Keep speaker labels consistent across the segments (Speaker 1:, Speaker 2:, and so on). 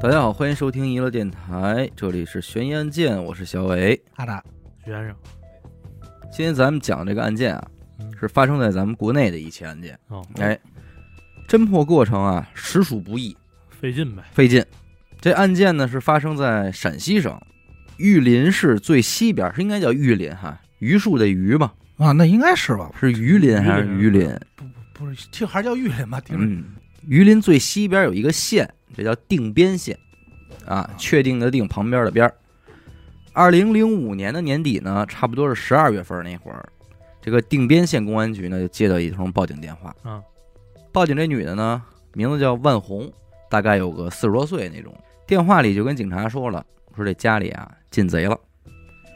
Speaker 1: 大家好，欢迎收听娱乐电台，这里是悬疑案件，我是小伟。
Speaker 2: 阿达
Speaker 3: 徐先生，
Speaker 1: 今天咱们讲这个案件啊，
Speaker 3: 嗯
Speaker 1: 是发生在咱们国内的一起案件。
Speaker 3: 哦，
Speaker 1: 哎，侦破过程啊，实属不易，
Speaker 3: 费劲呗，
Speaker 1: 费劲。这案件呢是发生在陕西省玉林市最西边，是应该叫玉林哈，榆树的榆吧？
Speaker 2: 啊，那应该是吧？
Speaker 1: 是榆林还是榆林？
Speaker 2: 不不不是，听还是叫玉林吧？听着，
Speaker 1: 嗯，榆林最西边有一个县，这叫定边县，啊，确定的定旁边的边儿。二零零五年的年底呢，差不多是十二月份那会儿，这个定边县公安局呢就接到一通报警电话，
Speaker 3: 啊，
Speaker 1: 报警这女的呢名字叫万红，大概有个四十多岁那种，电话里就跟警察说了，说这家里啊进贼了，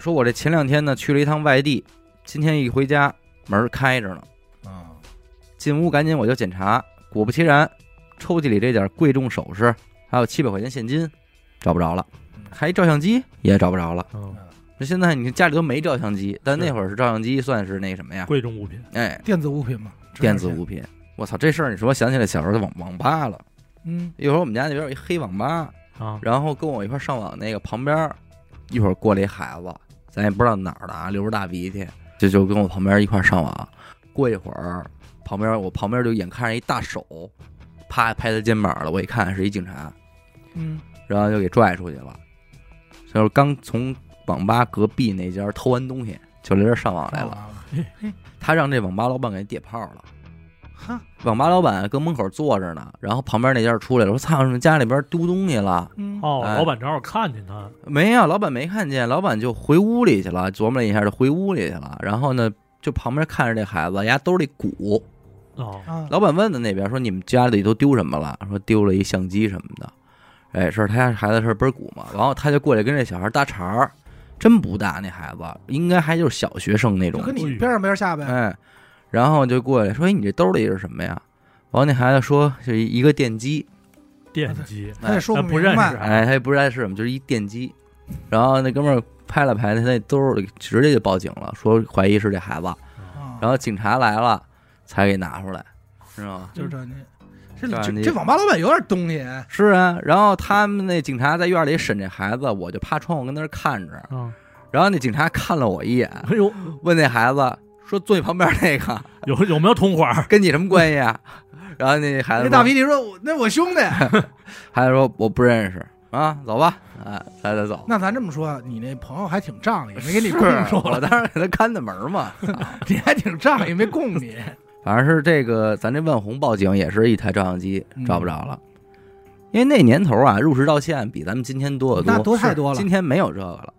Speaker 1: 说我这前两天呢去了一趟外地，今天一回家门儿开着呢。
Speaker 2: 啊，
Speaker 1: 进屋赶紧我就检查，果不其然，抽屉里这点贵重首饰，还有七百块钱现金，找不着了，还一照相机也找不着了。
Speaker 3: 嗯，
Speaker 1: 那现在你看家里都没照相机，但那会儿是照相机算是那什么呀？
Speaker 3: 贵重物品，
Speaker 1: 哎，
Speaker 2: 电子物品嘛，值
Speaker 1: 电子
Speaker 2: 钱
Speaker 1: 物，品。我操，这事儿你说想起来小时候的网网吧了。
Speaker 2: 嗯，
Speaker 1: 一会儿我们家那边有一黑网吧，
Speaker 3: 啊，
Speaker 1: 然后跟我一块儿上网那个旁边儿，一会儿过来一孩子，咱也不知道哪儿的啊，流着大鼻涕，就就跟我旁边一块儿上网。过一会儿，旁边我旁边就眼看着一大手，啪拍他肩膀了，我一看是一警察，
Speaker 2: 嗯，
Speaker 1: 然后就给拽出去了。就是刚从网吧隔壁那家偷完东西，就来这儿上网来了。
Speaker 2: 了，
Speaker 1: 他让这网吧老板给点炮了。
Speaker 2: 啊哈，
Speaker 1: 网吧老板搁门口坐着呢，然后旁边那家出来了，说：“操，你们家里边丢东西了。”
Speaker 2: 嗯，
Speaker 3: 哦，
Speaker 1: 哎
Speaker 3: 老板正好看见他，
Speaker 1: 没有，老板没看见，老板就回屋里去了，琢磨了一下就回屋里去了。然后呢，就旁边看着这孩子，丫兜里鼓。
Speaker 3: 哦，
Speaker 2: 啊，
Speaker 1: 老板问的那边说：“你们家里都丢什么了？”说丢了一相机什么的。哎，是他家孩子是倍儿鼓嘛，然后他就过来跟这小孩搭茬儿，真不大，那孩子应该还就是小学生那种
Speaker 2: 就。跟你边上边下呗，
Speaker 1: 哎，然后就过来说：“哎，你这兜里是什么呀？”然后那孩子说：“是一个电机。”
Speaker 3: 电机，
Speaker 2: 他也说
Speaker 3: 哎
Speaker 2: 明
Speaker 3: 不认识
Speaker 2: 白，
Speaker 3: 啊，
Speaker 1: 哎，他也不知道是什么，就是一电击。然后那哥们儿拍了拍他那兜儿，直接就报警了，说怀疑是这孩子。
Speaker 2: 啊，
Speaker 1: 然后警察来了，才给拿出来，知道吗？
Speaker 2: 就是这你，这
Speaker 1: 这
Speaker 2: 这
Speaker 1: 啊你
Speaker 2: 这网吧老板有点东西，
Speaker 1: 是啊，然后他们那警察在院里审这孩子，我就趴窗户跟那儿看着。
Speaker 3: 啊，
Speaker 1: 然后那警察看了我一眼，
Speaker 3: 哎呦，
Speaker 1: 问那孩子说：“坐你旁边那个
Speaker 3: 有有没有同伙？
Speaker 1: 跟你什么关系啊？” 然后那孩子
Speaker 2: 那
Speaker 1: 说
Speaker 2: 大鼻涕说我那我兄弟，
Speaker 1: 孩子说：“我不认识啊，走吧。”啊，咱再走。
Speaker 2: 那咱这么说，你那朋友还挺仗义，没给你供
Speaker 1: 是啊
Speaker 2: 住
Speaker 1: 我
Speaker 2: 了，
Speaker 1: 当时给他看的门嘛。
Speaker 2: 你还挺仗义，没供 你，
Speaker 1: 反正是这个，咱这万红报警也是一台照相机
Speaker 2: 嗯
Speaker 1: 找不着了，因为那年头啊，入室盗窃比咱们今天多得
Speaker 2: 那
Speaker 1: 多，
Speaker 2: 多太多了
Speaker 1: 今，天没有这个了。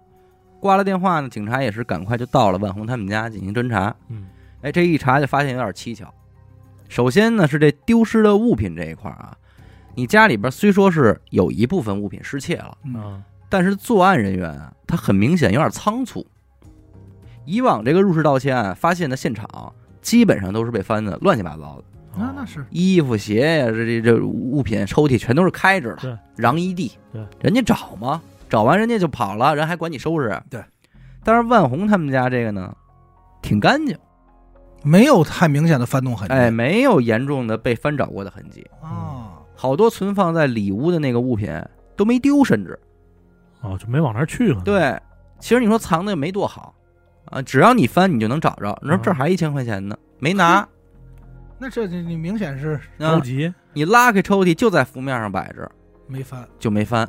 Speaker 1: 挂了电话呢，警察也是赶快就到了万红他们家进行侦查。
Speaker 3: 嗯，
Speaker 1: 哎，这一查就发现有点蹊跷。首先呢，是这丢失的物品这一块儿啊，你家里边虽说是有一部分物品失窃了，
Speaker 2: 嗯
Speaker 3: 啊，
Speaker 1: 但是作案人员啊，他很明显有点仓促。以往这个入室盗窃案啊发现的现场，基本上都是被翻的乱七八糟的。
Speaker 2: 那
Speaker 3: 哦
Speaker 2: 那是
Speaker 1: 衣服、鞋呀，这这这物品、抽屉全都是开着
Speaker 3: 对
Speaker 1: 的，瓤一地。
Speaker 3: 对，
Speaker 1: 人家找嘛，找完人家就跑了，人还管你收拾。啊
Speaker 2: 对，
Speaker 1: 但是万红他们家这个呢，挺干净，
Speaker 2: 没有太明显的翻动痕迹，
Speaker 1: 哎，没有严重的被翻找过的痕迹，
Speaker 2: 啊，
Speaker 1: 好多存放在里屋的那个物品都没丢，甚至
Speaker 3: 哦，就没往那儿去了，，
Speaker 1: 对，其实你说藏的也没多好啊，只要你翻你就能找着。
Speaker 3: 嗯
Speaker 1: 你说这儿还一千块钱呢，没拿，
Speaker 2: 那这你你明显是
Speaker 3: 着
Speaker 1: 啊、
Speaker 3: 急，
Speaker 1: 你拉开抽屉就在幅面上摆着，
Speaker 2: 没翻。
Speaker 1: 就没翻，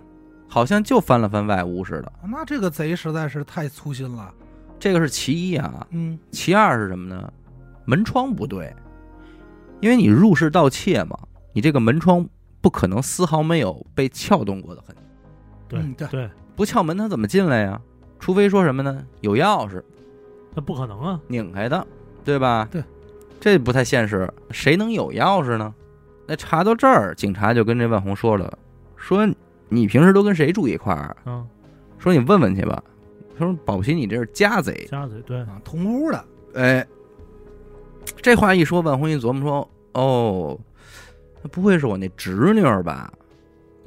Speaker 1: 好像就翻了翻外屋似的。
Speaker 2: 啊那这个贼实在是太粗心了。
Speaker 1: 这个是其一啊，
Speaker 2: 嗯，
Speaker 1: 其二是什么呢？门窗不对，因为你入室盗窃嘛，你这个门窗不可能丝毫没有被撬动过的痕迹，
Speaker 3: 对
Speaker 2: 嗯对
Speaker 3: 对，
Speaker 1: 不撬门他怎么进来呀？除非说什么呢？有钥匙
Speaker 3: 那不可能啊，
Speaker 1: 拧开的，对吧？
Speaker 2: 对，
Speaker 1: 这不太现实，谁能有钥匙呢？那查到这儿，警察就跟这万红说了，说你平时都跟谁住一块儿啊？
Speaker 3: 嗯，
Speaker 1: 说你问问去吧。他说保不齐你这是家贼，
Speaker 3: 家贼，对，
Speaker 2: 啊，同屋的，
Speaker 1: 哎，这话一说，万红一琢磨说：“哦，那不会是我那侄女儿吧？”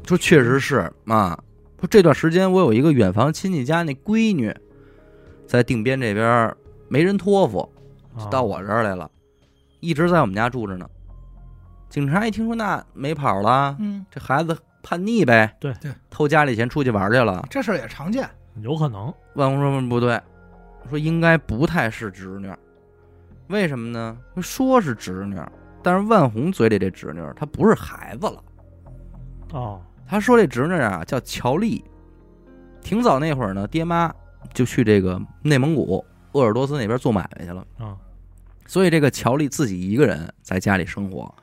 Speaker 1: 说确实是啊。说这段时间我有一个远房亲戚家那闺女，在定边这边儿没人托付，
Speaker 3: 啊
Speaker 1: 到我这儿来了，一直在我们家住着呢。警察一听说那没跑了，
Speaker 2: 嗯，
Speaker 1: 这孩子叛逆呗，
Speaker 3: 对
Speaker 2: 对，
Speaker 1: 偷家里钱出去玩去了。
Speaker 2: 这事儿也常见。
Speaker 3: 有可能，
Speaker 1: 万红说不对，说应该不太是侄女，为什么呢？说是侄女，但是万红嘴里这侄女她不是孩子了，
Speaker 3: 哦，
Speaker 1: 她说这侄女啊叫乔丽，挺早那会儿呢，爹妈就去这个内蒙古鄂尔多斯那边做买卖去了，
Speaker 3: 啊，
Speaker 1: 所以这个乔丽自己一个人在家里生活，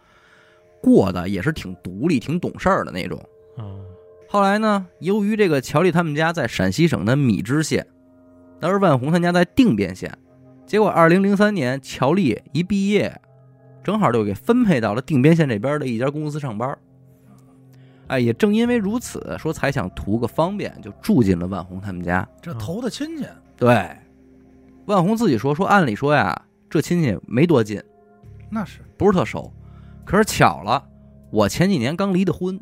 Speaker 1: 过得也是挺独立、挺懂事儿的那种。
Speaker 3: 嗯，
Speaker 1: 后来呢，由于这个乔丽他们家在陕西省的米脂县，当时万红他们家在定边县，结果二零零三年乔丽一毕业，正好就给分配到了定边县这边的一家公司上班。哎，也正因为如此，说才想图个方便，就住进了万红他们家。
Speaker 2: 这
Speaker 3: 嗯
Speaker 2: 投的亲戚，
Speaker 1: 对，万红自己说说，按理说呀，这亲戚没多近，
Speaker 2: 那是
Speaker 1: 不是特熟。可是巧了，我前几年刚离的婚，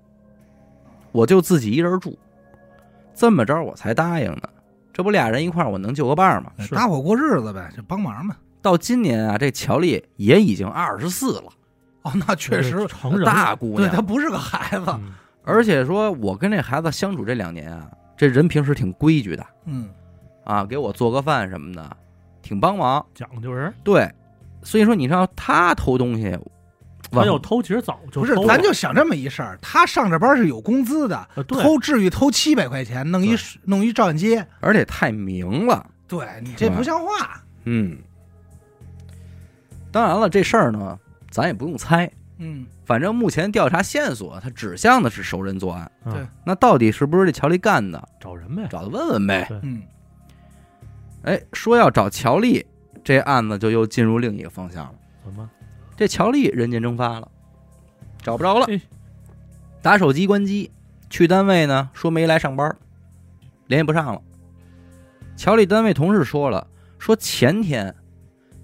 Speaker 1: 我就自己一人住，这么着我才答应呢。这不俩人一块儿，我能就个伴儿吗？
Speaker 3: 是
Speaker 2: 搭伙过日子呗，就帮忙呗。
Speaker 1: 到今年啊，这乔丽也已经二十四了，
Speaker 2: 哦，那确
Speaker 3: 这
Speaker 2: 实
Speaker 3: 是，成人了
Speaker 1: 大姑
Speaker 2: 对他
Speaker 1: 娘。
Speaker 2: 不是个孩子。
Speaker 3: 嗯
Speaker 1: 而且说，我跟这孩子相处这两年啊，这人平时挺规矩的
Speaker 2: 嗯，
Speaker 1: 啊，给我做个饭什么的，挺帮忙。
Speaker 3: 讲究人，
Speaker 1: 对，所以说你让他偷东西，
Speaker 3: 他
Speaker 1: 万
Speaker 3: 要
Speaker 1: 红
Speaker 3: 偷，其实早就
Speaker 2: 不是
Speaker 3: 偷，了
Speaker 2: 咱就想这么一事儿，他上着班是有工资的，
Speaker 3: 呃对，
Speaker 2: 偷至于偷七百块钱，弄一
Speaker 3: 对
Speaker 2: 弄一照相机，
Speaker 1: 而且太明了。
Speaker 2: 对你这
Speaker 1: 吧
Speaker 2: 不像话。
Speaker 1: 嗯，当然了，这事儿呢，咱也不用猜，
Speaker 2: 嗯，
Speaker 1: 反正目前调查线索它指向的是熟人作案。
Speaker 3: 嗯
Speaker 2: 对
Speaker 1: 那到底是不是这乔丽干的？
Speaker 3: 找人呗，
Speaker 1: 找他问问呗。
Speaker 2: 嗯，
Speaker 1: 哎，说要找乔丽，这案子就又进入另一个方向了。
Speaker 3: 怎么
Speaker 1: 这乔丽人间蒸发了，找不着了
Speaker 3: 哎，
Speaker 1: 打手机关机，去单位呢说没来上班，联系不上了。乔丽单位同事说了，说前天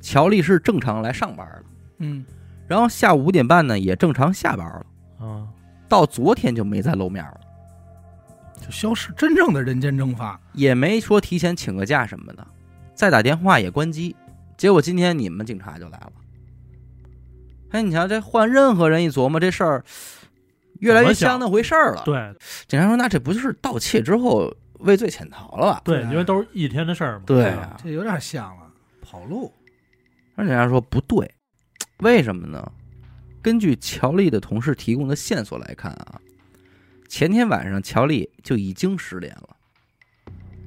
Speaker 1: 乔丽是正常来上班的，
Speaker 2: 嗯，
Speaker 1: 然后下午五点半呢也正常下班了，
Speaker 3: 啊？
Speaker 1: 到昨天就没再露面了，
Speaker 2: 就消失真正的人间蒸发。
Speaker 1: 也没说提前请个假什么的，再打电话也关机。结果今天你们警察就来了。哎，你瞧，这换任何人一琢磨这事儿，越来越像那回事儿了。
Speaker 3: 对
Speaker 1: 警察说：“那这不就是盗窃之后畏罪潜逃了吧
Speaker 3: 对，
Speaker 2: 对啊
Speaker 3: 因为都是一天的事儿嘛，？”
Speaker 1: 对
Speaker 3: 是吧
Speaker 1: 啊，
Speaker 2: 这有点像了，跑路。
Speaker 1: 而警察说不对，为什么呢？根据乔丽的同事提供的线索来看啊，前天晚上乔丽就已经失联了。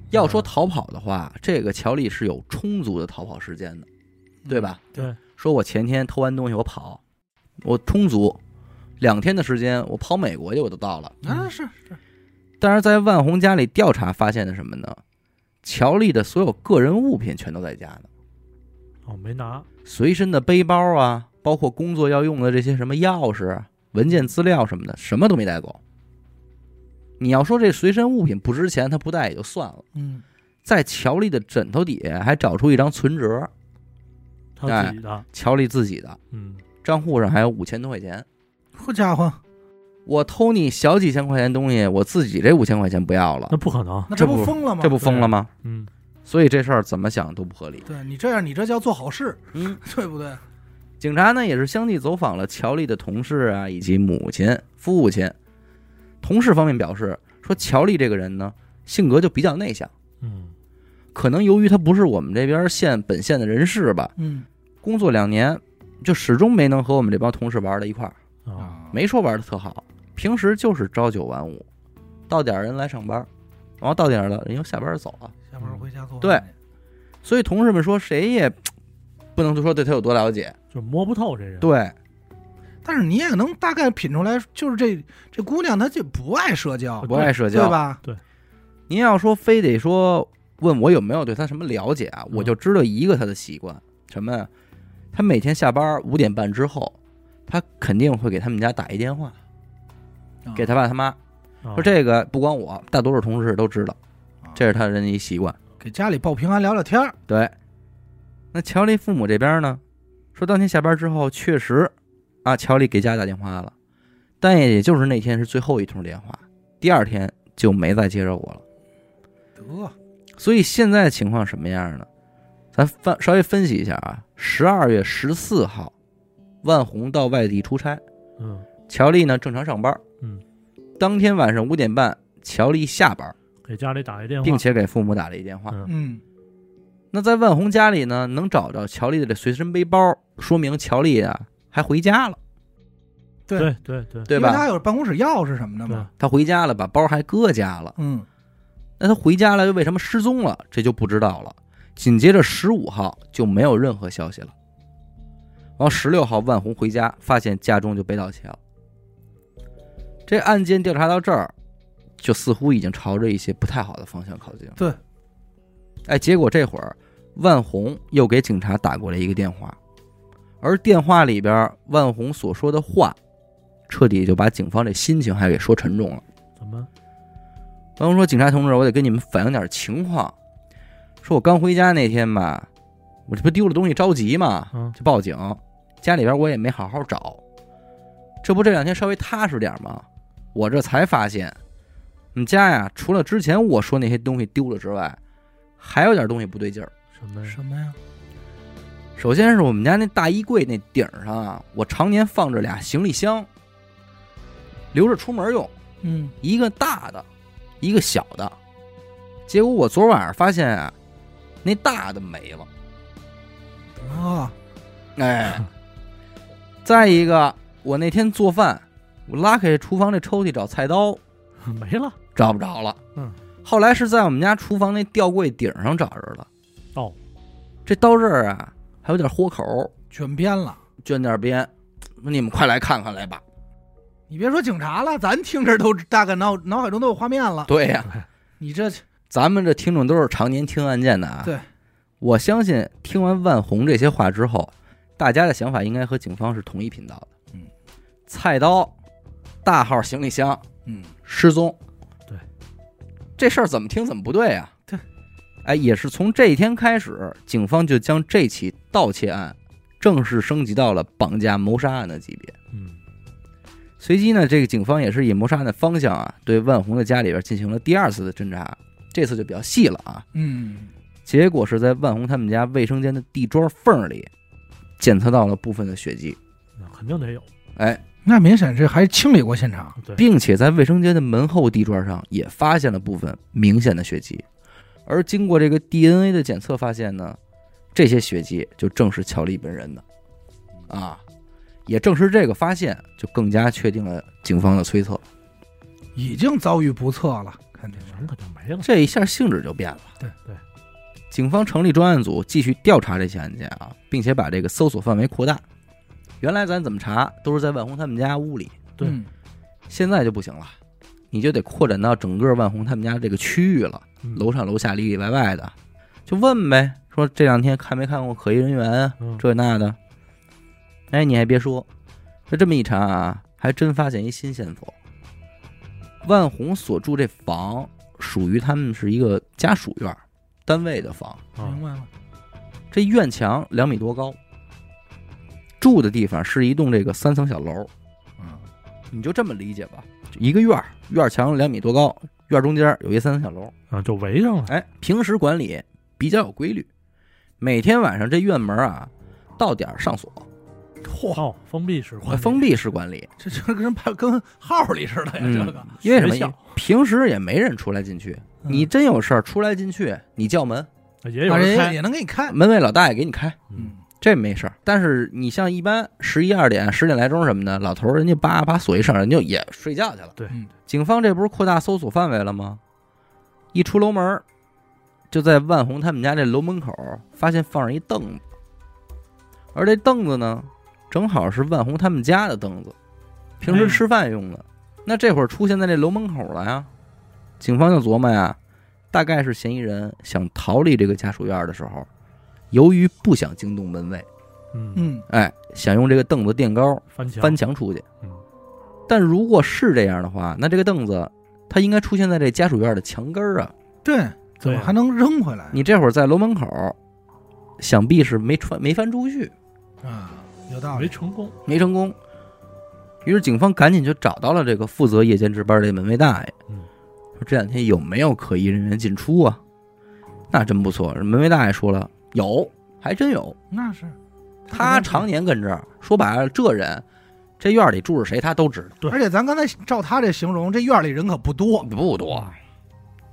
Speaker 1: 要说逃跑的话，这个乔丽是有充足的逃跑时间的，对吧？
Speaker 3: 对，
Speaker 1: 说我前天偷完东西我跑，我充足两天的时间，我跑美国去我就到了。
Speaker 2: 啊，是是，
Speaker 1: 但是在万红家里调查发现的什么呢？乔丽的所有个人物品全都在家呢，
Speaker 3: 哦，没拿，
Speaker 1: 随身的背包啊，包括工作要用的这些什么钥匙、文件资料什么的，什么都没带走。你要说这随身物品不值钱，他不带也就算了。
Speaker 2: 嗯，
Speaker 1: 在乔丽的枕头底下还找出一张存折，
Speaker 3: 他自己的，
Speaker 1: 乔丽自己的
Speaker 3: 嗯，
Speaker 1: 账户上还有五千多块钱。
Speaker 2: 好家伙，
Speaker 1: 我偷你小几千块钱东西，我自己这五千块钱不要了
Speaker 3: 那，不可能，
Speaker 2: 那
Speaker 1: 这
Speaker 2: 不
Speaker 1: 不
Speaker 2: 疯了吗？
Speaker 1: 这不疯了吗？
Speaker 3: 嗯，
Speaker 1: 所以这事儿怎么想都不合理。
Speaker 2: 对你这样，你这叫做好事，
Speaker 1: 嗯。
Speaker 2: 对不对？
Speaker 1: 警察呢也是相继走访了乔丽的同事啊，以及母亲、父亲。同事方面表示说，乔丽这个人呢，性格就比较内向，
Speaker 3: 嗯，
Speaker 1: 可能由于她不是我们这边县本县的人士吧，
Speaker 2: 嗯
Speaker 1: 工作两年就始终没能和我们这帮同事玩到一块儿，
Speaker 3: 啊，
Speaker 1: 哦没说玩的特好，平时就是朝九晚五，到点儿人来上班，然后到点儿了人就下班儿走了。
Speaker 2: 下班回家做饭
Speaker 1: 对
Speaker 2: 去，
Speaker 1: 所以同事们说，谁也不能说对他有多了解，
Speaker 3: 就摸不透这人，
Speaker 1: 对，
Speaker 2: 但是你也能大概品出来，就是这这姑娘她就不爱社交，
Speaker 1: 不爱社交，
Speaker 2: 对吧？
Speaker 1: 您要说非得说问我有没有对他什么了解啊，
Speaker 3: 嗯
Speaker 1: 我就知道一个他的习惯，什么呀？他每天下班五点半之后，他肯定会给他们家打一电话，给他爸他妈
Speaker 3: 啊，
Speaker 1: 说这个不光我，大多数同事都知道，
Speaker 2: 啊
Speaker 1: 这是他人的一习惯。
Speaker 2: 给家里报平安聊聊天儿，
Speaker 1: 对，那乔丽父母这边呢，说当天下班之后确实啊，乔丽给家打电话了，但也就是那天是最后一通电话，第二天就没再接着我了。
Speaker 2: 得
Speaker 1: 所以现在情况什么样呢？咱翻稍微分析一下啊。十二月十四号，万红到外地出差，
Speaker 3: 嗯，
Speaker 1: 乔丽呢正常上班。
Speaker 3: 嗯，
Speaker 1: 当天晚上五点半，乔丽下班，
Speaker 3: 给家里打一电话，
Speaker 1: 并且给父母打了一电话。
Speaker 3: 嗯
Speaker 2: 嗯
Speaker 1: 那在万红家里呢，能找着乔丽的这随身背包，说明乔丽啊还回家了，
Speaker 2: 对
Speaker 3: 对对对
Speaker 1: 对
Speaker 2: 因为
Speaker 1: 吧？
Speaker 2: 他有办公室钥匙什么的
Speaker 3: 对
Speaker 2: 嘛。，
Speaker 1: 她回家了，把包还搁家了。
Speaker 2: 嗯
Speaker 1: 那她回家了，又为什么失踪了？这就不知道了。紧接着十五号就没有任何消息了。然后十六号，万红回家，发现家中就被盗窃了。这案件调查到这儿，就似乎已经朝着一些不太好的方向靠近了。
Speaker 2: 对，
Speaker 1: 哎，结果这会儿万红又给警察打过来一个电话，而电话里边万红所说的话，彻底就把警方这心情还给说沉重了。
Speaker 3: 怎么
Speaker 1: 然后说：“警察同志，我得跟你们反映点情况。说我刚回家那天吧，我这不丢了东西着急嘛，
Speaker 3: 嗯
Speaker 1: 就报警。家里边我也没好好找，这不这两天稍微踏实点吗？我这才发现，你们家呀，除了之前我说那些东西丢了之外，还有点东西不对劲儿。
Speaker 3: 什么呀？
Speaker 2: 什么呀？
Speaker 1: 首先是我们家那大衣柜那顶儿上啊，我常年放着俩行李箱，留着出门用。
Speaker 2: 嗯
Speaker 1: 一个大的，一个小的。结果我昨晚上发现啊，那大的没了。
Speaker 2: 啊，
Speaker 1: 哎，再一个，我那天做饭，我拉开厨房这抽屉找菜刀，
Speaker 3: 没了
Speaker 1: 找不着了。
Speaker 3: 嗯，
Speaker 1: 后来是在我们家厨房那吊柜顶上找着的。
Speaker 3: 哦，
Speaker 1: 这刀刃儿啊，还有点豁口，
Speaker 2: 卷边了。
Speaker 1: 卷点边。你们快来看看来吧。
Speaker 2: 你别说警察了，咱听着都大概脑脑海中都有画面了。
Speaker 1: 对呀、
Speaker 2: 你这
Speaker 1: 咱们这听众都是常年听案件的啊。
Speaker 2: 对，
Speaker 1: 我相信听完万红这些话之后，大家的想法应该和警方是同一频道的。
Speaker 2: 嗯，
Speaker 1: 菜刀、大号行李箱、
Speaker 2: 嗯，
Speaker 1: 失踪，
Speaker 3: 对，
Speaker 1: 这事儿怎么听怎么不对啊？
Speaker 2: 对，
Speaker 1: 哎，也是从这一天开始，警方就将这起盗窃案正式升级到了绑架谋杀案的级别。
Speaker 3: 嗯，
Speaker 1: 随即呢，这个警方也是以谋杀案的方向啊，对万红的家里边进行了第二次的侦查，这次就比较细了啊。
Speaker 2: 嗯，
Speaker 1: 结果是在万红他们家卫生间的地砖缝里检测到了部分的血迹，
Speaker 3: 那肯定得有，
Speaker 1: 哎，
Speaker 2: 那明显这还清理过现场。
Speaker 3: 对，
Speaker 1: 并且在卫生间的门后地砖上也发现了部分明显的血迹。而经过这个 DNA 的检测发现呢，这些血迹就正是乔丽本人的，啊，也正是这个发现，就更加确定了警方的推测。
Speaker 2: 已经遭遇不测了，肯定是
Speaker 3: 人可就没了。
Speaker 1: 这一下性质就变了。
Speaker 2: 对
Speaker 3: 对，
Speaker 1: 警方成立专案组继续调查这起案件啊，并且把这个搜索范围扩大。原来咱怎么查都是在万红他们家屋里，
Speaker 3: 对
Speaker 2: 嗯
Speaker 1: 现在就不行了，你就得扩展到整个万红他们家这个区域了，
Speaker 3: 嗯
Speaker 1: 楼上楼下里里外外的，就问呗，说这两天看没看过可疑人员啊
Speaker 3: 嗯
Speaker 1: 这那的。哎，你还别说，就这么一查啊，还真发现一新线索。万红所住这房属于他们是一个家属院儿单位的房，
Speaker 3: 啊
Speaker 2: 明，白了。
Speaker 1: 这院墙两米多高，住的地方是一栋这个三层小楼，
Speaker 2: 嗯，
Speaker 1: 你就这么理解吧，就一个院儿，院墙两米多高，院中间有一三层小楼。
Speaker 3: 啊，就围上了。
Speaker 1: 哎，平时管理比较有规律，每天晚上这院门啊到点儿上锁，
Speaker 2: 嚯，
Speaker 3: 哦，封闭式管
Speaker 1: 哎
Speaker 3: 理，
Speaker 1: 封闭式管理。
Speaker 2: 这这跟派跟号里似的呀，这个
Speaker 1: 嗯。，因为什么
Speaker 3: 学校？
Speaker 1: 平时也没人出来进去，
Speaker 2: 嗯
Speaker 1: 你真有事儿出来进去，你叫门，
Speaker 3: 也有
Speaker 2: 啊
Speaker 3: 人
Speaker 2: 人
Speaker 3: 开
Speaker 2: 也能给你看。
Speaker 1: 门卫老大爷给你开，
Speaker 3: 嗯，
Speaker 1: 这没事儿。但是你像一般十一二点、十点来钟什么的，老头儿人家叭把锁一上，人家也睡觉去了。
Speaker 3: 对
Speaker 2: 嗯
Speaker 1: 警方这不是扩大搜索范围了吗？一出楼门儿，就在万红他们家这楼门口儿发现放着一凳子，而这凳子呢，正好是万红他们家的凳子，平时吃饭用的。那这会儿出现在这楼门口了呀，警方就琢磨呀，大概是嫌疑人想逃离这个家属院儿的时候，由于不想惊动门卫，
Speaker 3: 嗯，
Speaker 2: 嗯，
Speaker 1: 哎，想用这个凳子垫高
Speaker 3: 翻墙，
Speaker 1: 翻墙出去。
Speaker 3: 嗯
Speaker 1: 但如果是这样的话，那这个凳子它应该出现在这家属院的墙根儿啊。
Speaker 3: 哎
Speaker 2: 对，怎
Speaker 3: 对
Speaker 2: 么
Speaker 3: 啊，
Speaker 2: 还能扔回来？
Speaker 1: 你这会儿在楼门口，想必是没穿没翻出去，
Speaker 2: 啊，有道
Speaker 3: 没
Speaker 2: 理。
Speaker 3: 成功。
Speaker 1: 没成功。于是警方赶紧就找到了这个负责夜间值班的门卫大爷，
Speaker 3: 嗯
Speaker 1: 说这两天有没有可疑人员进出啊？那真不错，门卫大爷说了，有，还真有。
Speaker 2: 那是
Speaker 1: 他常年跟这儿，说白了，这人这院里住着谁他都知道，
Speaker 3: 对
Speaker 2: 而且咱刚才照他这形容，这院里人可不多，
Speaker 1: 不
Speaker 2: 嗯
Speaker 1: 多。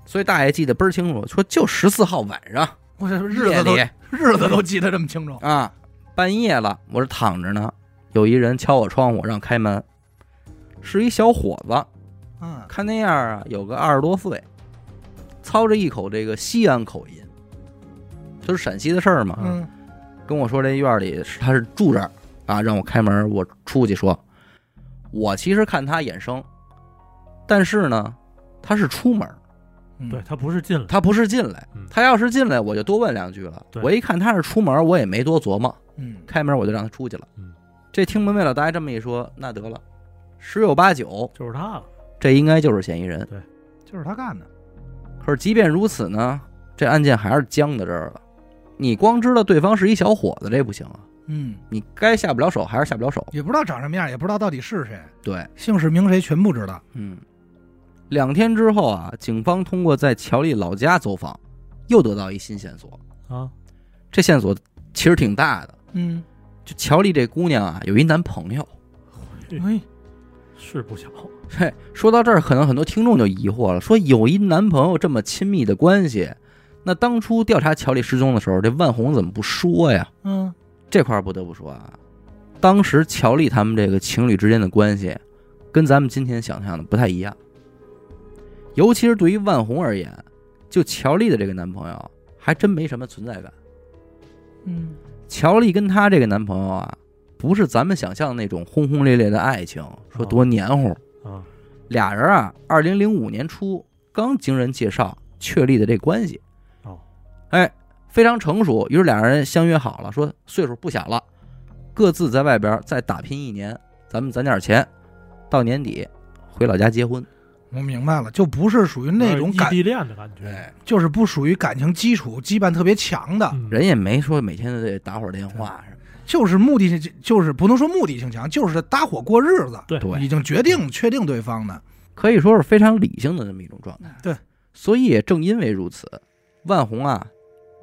Speaker 1: 所以大爷记得倍儿清楚，说就十四号晚上
Speaker 2: 我这日
Speaker 1: 夜
Speaker 2: 子都哦
Speaker 1: 里
Speaker 2: 日子都记得这么清楚。
Speaker 1: 啊，半夜了，我这躺着呢，有一人敲我窗户让开门，是一小伙子，
Speaker 2: 嗯，
Speaker 1: 看那样啊，有个二十多岁，操着一口这个西安口音，就是陕西的事儿嘛。
Speaker 2: 嗯，
Speaker 1: 跟我说这院里是他是住这儿啊，让我开门，我出去说。我其实看他衍生，但是呢，他是出门，
Speaker 2: 嗯
Speaker 3: 对，他不是进来，
Speaker 1: 他不是进来
Speaker 3: 嗯。
Speaker 1: 他要是进来，我就多问两句了。
Speaker 3: 对
Speaker 1: 我一看他是出门，我也没多琢磨，
Speaker 2: 嗯，
Speaker 1: 开门我就让他出去了
Speaker 3: 嗯。
Speaker 1: 这听门卫老大爷这么一说，那得了，十有八九
Speaker 3: 就是他了。
Speaker 1: 这应该就是嫌疑人。
Speaker 2: 就是他干的。
Speaker 1: 可是即便如此呢，这案件还是僵在这儿了。你光知道对方是一小伙子，这不行啊！
Speaker 2: 嗯，
Speaker 1: 你该下不了手还是下不了手。
Speaker 2: 也不知道长什么样，也不知道到底是谁，
Speaker 1: 对，
Speaker 2: 姓氏名谁全不知道。
Speaker 1: 嗯。两天之后啊，警方通过在乔丽老家走访，又得到一新线索。
Speaker 3: 啊，
Speaker 1: 这线索其实挺大的，
Speaker 2: 嗯，
Speaker 1: 就乔丽这姑娘啊，有一男朋友。
Speaker 2: 哎，
Speaker 3: 是不小，
Speaker 1: 嘿，说到这儿，可能很多听众就疑惑了，说有一男朋友这么亲密的关系，那当初调查乔丽失踪的时候，这万红怎么不说呀？
Speaker 2: 嗯，
Speaker 1: 这块儿不得不说啊，当时乔丽他们这个情侣之间的关系，跟咱们今天想象的不太一样。尤其是对于万红而言，就乔丽的这个男朋友还真没什么存在感。
Speaker 2: 嗯，
Speaker 1: 乔丽跟她这个男朋友啊，不是咱们想象的那种轰轰烈烈的爱情，说多黏糊。
Speaker 3: 啊，
Speaker 1: 俩人啊，二零零五年初刚经人介绍确立的这关系。
Speaker 3: 哦，
Speaker 1: 哎，非常成熟。于是俩人相约好了，说岁数不小了，各自在外边再打拼一年，咱们攒点钱，到年底回老家结婚。
Speaker 2: 我明白了，就不是属于那种
Speaker 3: 异
Speaker 2: 感，
Speaker 3: 地恋的感觉。
Speaker 2: 哎，就是不属于感情基础羁绊特别强的，
Speaker 3: 嗯
Speaker 1: 人也没说每天都得打会儿电话什么
Speaker 2: 就是目的性，就是不能说目的性强，就是搭伙过日子，
Speaker 3: 对
Speaker 1: 的。对，
Speaker 2: 已经决定确定对方的。
Speaker 1: 可以说是非常理性的这么一种状态。
Speaker 2: 对，
Speaker 1: 所以也正因为如此，万红啊，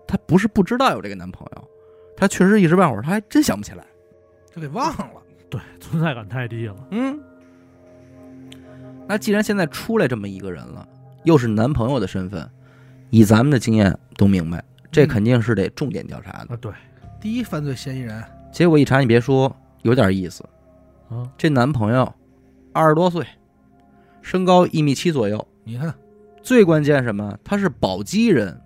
Speaker 1: 她不是不知道有这个男朋友，她确实一时半会儿她还真想不起来。
Speaker 2: 就给忘了。
Speaker 3: 对，存在感太低了。
Speaker 1: 嗯，那既然现在出来这么一个人了，又是男朋友的身份，以咱们的经验都明白，这肯定是得重点调查的。
Speaker 3: 啊，对，
Speaker 2: 第一犯罪嫌疑人，
Speaker 1: 结果一查，你别说，有点意思。
Speaker 3: 啊，
Speaker 1: 这男朋友二十多岁，身高一米七左右，
Speaker 2: 你看，
Speaker 1: 最关键什么？他是宝鸡人。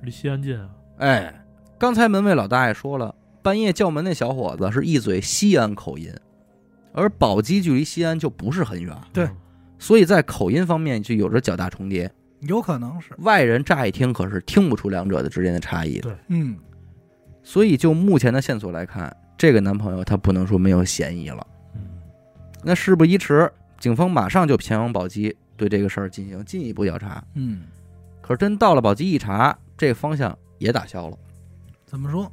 Speaker 3: 离西安近啊。
Speaker 1: 哎，刚才门卫老大爷说了，半夜叫门那小伙子是一嘴西安口音，而宝鸡距离西安就不是很远，
Speaker 2: 对
Speaker 3: 嗯，
Speaker 1: 所以在口音方面就有着较大重叠。
Speaker 2: 有可能是，
Speaker 1: 外人乍一听可是听不出两者的之间的差异的。
Speaker 2: 嗯，
Speaker 1: 所以就目前的线索来看，这个男朋友他不能说没有嫌疑了。
Speaker 3: 嗯，
Speaker 1: 那事不宜迟，警方马上就前往宝鸡，对这个事儿进行进一步调查。
Speaker 2: 嗯，
Speaker 1: 可是真到了宝鸡一查，这个方向也打消了。
Speaker 2: 怎么说？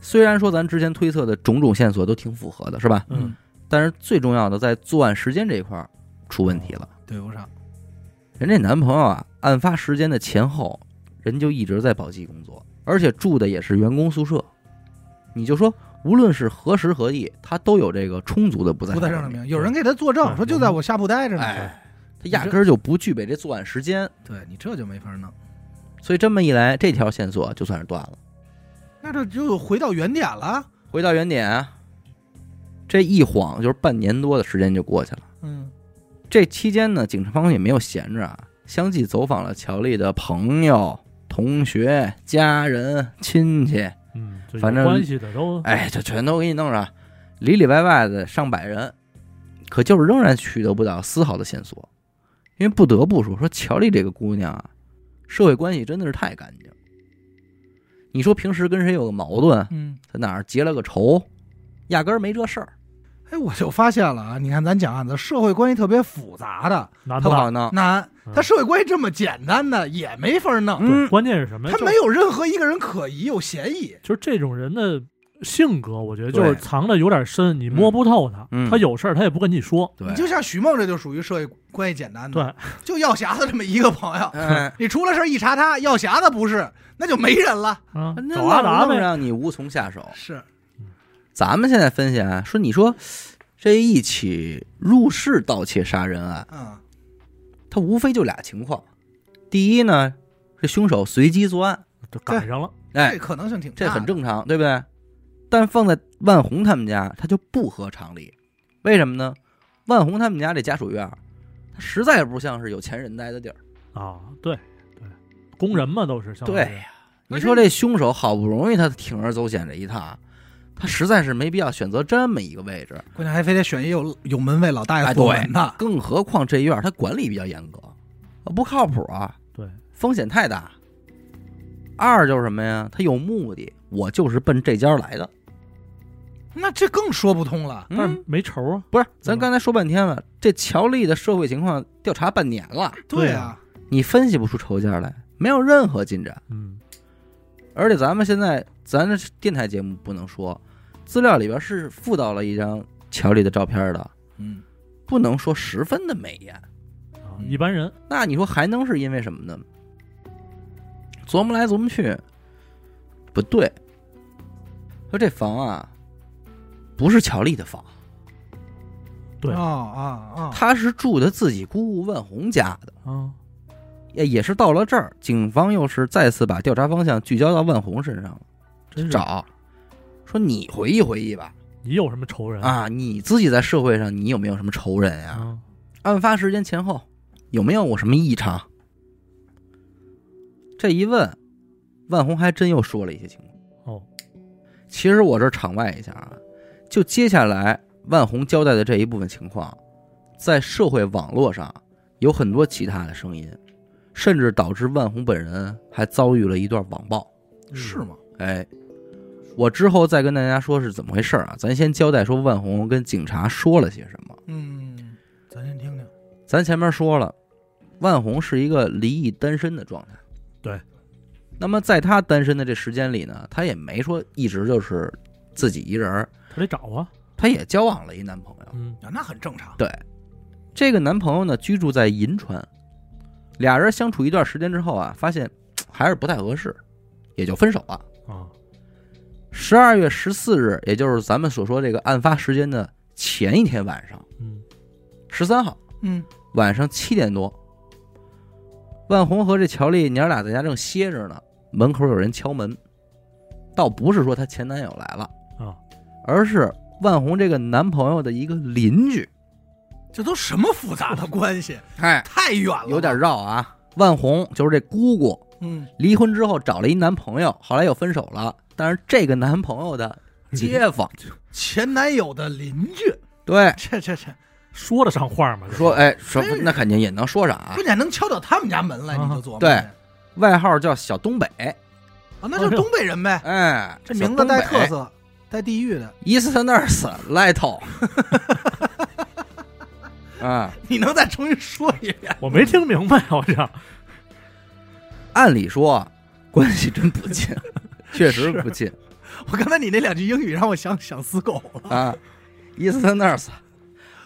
Speaker 1: 虽然说咱之前推测的种种线索都挺符合的，是吧？
Speaker 3: 嗯，
Speaker 1: 但是最重要的在作案时间这一块儿出问题了。
Speaker 2: 对不上，
Speaker 1: 人这男朋友啊，案发时间的前后，人就一直在宝鸡工作，而且住的也是员工宿舍。你就说，无论是何时何地，他都有这个充足的不在
Speaker 2: 不在
Speaker 1: 场
Speaker 2: 证
Speaker 1: 证
Speaker 2: 明，
Speaker 1: 明，
Speaker 2: 有人给他作证
Speaker 3: 对
Speaker 2: 说就在我下铺待着呢。
Speaker 1: 哎他压根儿就不具备这作案时间，
Speaker 2: 对你这就没法弄，
Speaker 1: 所以这么一来，这条线索就算是断了。
Speaker 2: 那这就回到原点了。
Speaker 1: 回到原点啊，这一晃就是半年多的时间就过去了。
Speaker 2: 嗯
Speaker 1: 这期间呢，警察方也没有闲着啊，相继走访了乔丽的朋友、同学、家人、亲戚，
Speaker 3: 嗯，就有
Speaker 1: 反正
Speaker 3: 关系的都
Speaker 1: 哎，这全都给你弄上，里里外外的上百人，可就是仍然取得不到丝毫的线索。因为不得不说，说乔丽这个姑娘啊，社会关系真的是太干净。你说平时跟谁有个矛盾，
Speaker 2: 嗯，
Speaker 1: 在哪儿结了个仇，压根儿没这事儿，
Speaker 2: 哎，我就发现了啊，你看咱讲案子，社会关系特别复杂的
Speaker 3: 难
Speaker 1: 不
Speaker 3: 办。
Speaker 1: 好弄。
Speaker 2: 难
Speaker 3: 嗯，
Speaker 2: 他社会关系这么简单的也没法弄，
Speaker 3: 对，
Speaker 1: 嗯，
Speaker 3: 关键是什么呀？
Speaker 2: 他
Speaker 3: 就
Speaker 2: 没有任何一个人可疑有嫌疑。
Speaker 3: 就是这种人的性格，我觉得就
Speaker 1: 对
Speaker 3: 是藏的有点深，你摸不透他。
Speaker 1: 嗯
Speaker 3: 他有事儿他也不跟你说。
Speaker 1: 对
Speaker 2: 你，就像许梦这就属于社会关系简单的，
Speaker 3: 对，
Speaker 2: 就药匣子这么一个朋友，
Speaker 3: 嗯
Speaker 1: 哎，
Speaker 2: 你出了事儿一查他，药匣子不是， 那就没人了。
Speaker 3: 啊，
Speaker 1: 那
Speaker 3: 找阿达
Speaker 1: 愣
Speaker 3: 呗。
Speaker 2: 哦
Speaker 1: 让你无从下手。
Speaker 2: 是，
Speaker 1: 咱们现在分析啊，说你说这一起入室盗窃杀人案，
Speaker 2: 啊，
Speaker 1: 它无非就俩情况：第一呢，这凶手随机作案，
Speaker 3: 就赶上了，
Speaker 1: 哎
Speaker 2: 这，啊可能性挺大
Speaker 1: 这
Speaker 2: 的，
Speaker 1: 很正常，对不对？但放在万红他们家，他就不合常理。为什么呢？万红他们家这家属院儿，它实在不像是有钱人待的地儿。
Speaker 3: 啊，对对，工人嘛都是，相当于
Speaker 1: 对呀，你说这凶手好不容易他铤而走险这一趟，他实在是没必要选择这么一个位置。
Speaker 2: 关键还非得选一有有门卫老大
Speaker 1: 哎
Speaker 2: 爷做门的，
Speaker 1: 更何况这院儿它管理比较严格，呃不靠谱啊，
Speaker 3: 对，
Speaker 1: 风险太大。二就是什么呀？他有目的，我就是奔这家来的。
Speaker 2: 那这更说不通了。
Speaker 3: 但
Speaker 1: 嗯
Speaker 3: 是没仇啊，
Speaker 1: 不是，咱刚才说半天了，这乔丽的社会情况调查半年了，
Speaker 2: 对
Speaker 3: 对
Speaker 2: 啊
Speaker 3: 啊，
Speaker 1: 你分析不出仇家来，没有任何进展。
Speaker 3: 嗯，
Speaker 1: 而且咱们现在咱这电台节目不能说，资料里边是附到了一张乔丽的照片的，
Speaker 2: 嗯，
Speaker 1: 不能说十分的美艳。
Speaker 3: 啊
Speaker 2: 嗯
Speaker 3: 一般人
Speaker 1: 那你说还能是因为什么呢？琢磨来琢磨去，不对。说这房啊，不是乔丽的房，
Speaker 3: 对
Speaker 2: 啊啊啊，
Speaker 1: 她是住的自己姑姑万红家的。
Speaker 3: 啊，
Speaker 1: 也也是到了这儿，警方又是再次把调查方向聚焦到万红身上了，
Speaker 3: 真是
Speaker 1: 找说你回忆回忆吧，
Speaker 3: 你有什么仇人？
Speaker 1: 啊，你自己在社会上你有没有什么仇人呀、
Speaker 3: 啊，
Speaker 1: 案发时间前后有没有我什么异常？这一问，万红还真又说了一些情况。
Speaker 3: 哦，
Speaker 1: 其实我这儿场外一下啊，就接下来万红交代的这一部分情况，在社会网络上有很多其他的声音，甚至导致万红本人还遭遇了一段网暴。
Speaker 2: 是
Speaker 3: 嗯
Speaker 2: 吗？
Speaker 1: 哎，我之后再跟大家说是怎么回事儿啊，咱先交代说万红跟警察说了些什么。
Speaker 2: 嗯，咱先听听。
Speaker 1: 咱前面说了，万红是一个离异单身的状态。
Speaker 3: 对。
Speaker 1: 那么在她单身的这时间里呢，她也没说一直就是自己一人儿，
Speaker 3: 他得找啊，
Speaker 1: 她也交往了一男朋友。
Speaker 3: 嗯，
Speaker 2: 啊，那很正常。
Speaker 1: 对，这个男朋友呢居住在银川，俩人相处一段时间之后啊，发现还是不太合适，也就分手了。
Speaker 3: 啊，
Speaker 1: 十二月十四日，也就是咱们所说这个案发时间的前一天晚上，
Speaker 3: 嗯，
Speaker 1: 十三号
Speaker 2: 嗯，
Speaker 1: 晚上七点多，万红和这乔丽娘俩在家正歇着呢，门口有人敲门，倒不是说她前男友来了
Speaker 3: 啊，
Speaker 1: 而是万红这个男朋友的一个邻居，
Speaker 2: 这都什么复杂的关系？
Speaker 1: 哎，
Speaker 2: 太远了，
Speaker 1: 有点。绕啊。万红就是这姑姑，
Speaker 2: 嗯，
Speaker 1: 离婚之后找了一男朋友，后来又分手了。但是这个男朋友的街坊，
Speaker 2: 前男友的邻居，
Speaker 1: 对，
Speaker 2: 这这这，
Speaker 3: 说得上话 吗？这
Speaker 1: 说哎，说
Speaker 2: 真是
Speaker 1: 那肯定也能说上啊
Speaker 2: 关。键能敲到他们家门来，
Speaker 3: 啊
Speaker 2: 你就琢磨。
Speaker 1: 对
Speaker 2: 啊，
Speaker 1: 外号叫小东北，
Speaker 2: 那就是东北人呗，
Speaker 1: 哎，
Speaker 2: 这名字带特
Speaker 1: 小东北，
Speaker 2: 色，带地域的，
Speaker 1: 伊斯特纳斯赖头。啊，
Speaker 2: 你能再重新说一遍？
Speaker 3: 我没听明白，好像
Speaker 1: 按理说关系真不近，确实不近
Speaker 2: 我刚才你那两句英语让我想想死狗了。
Speaker 1: 啊。伊斯特纳斯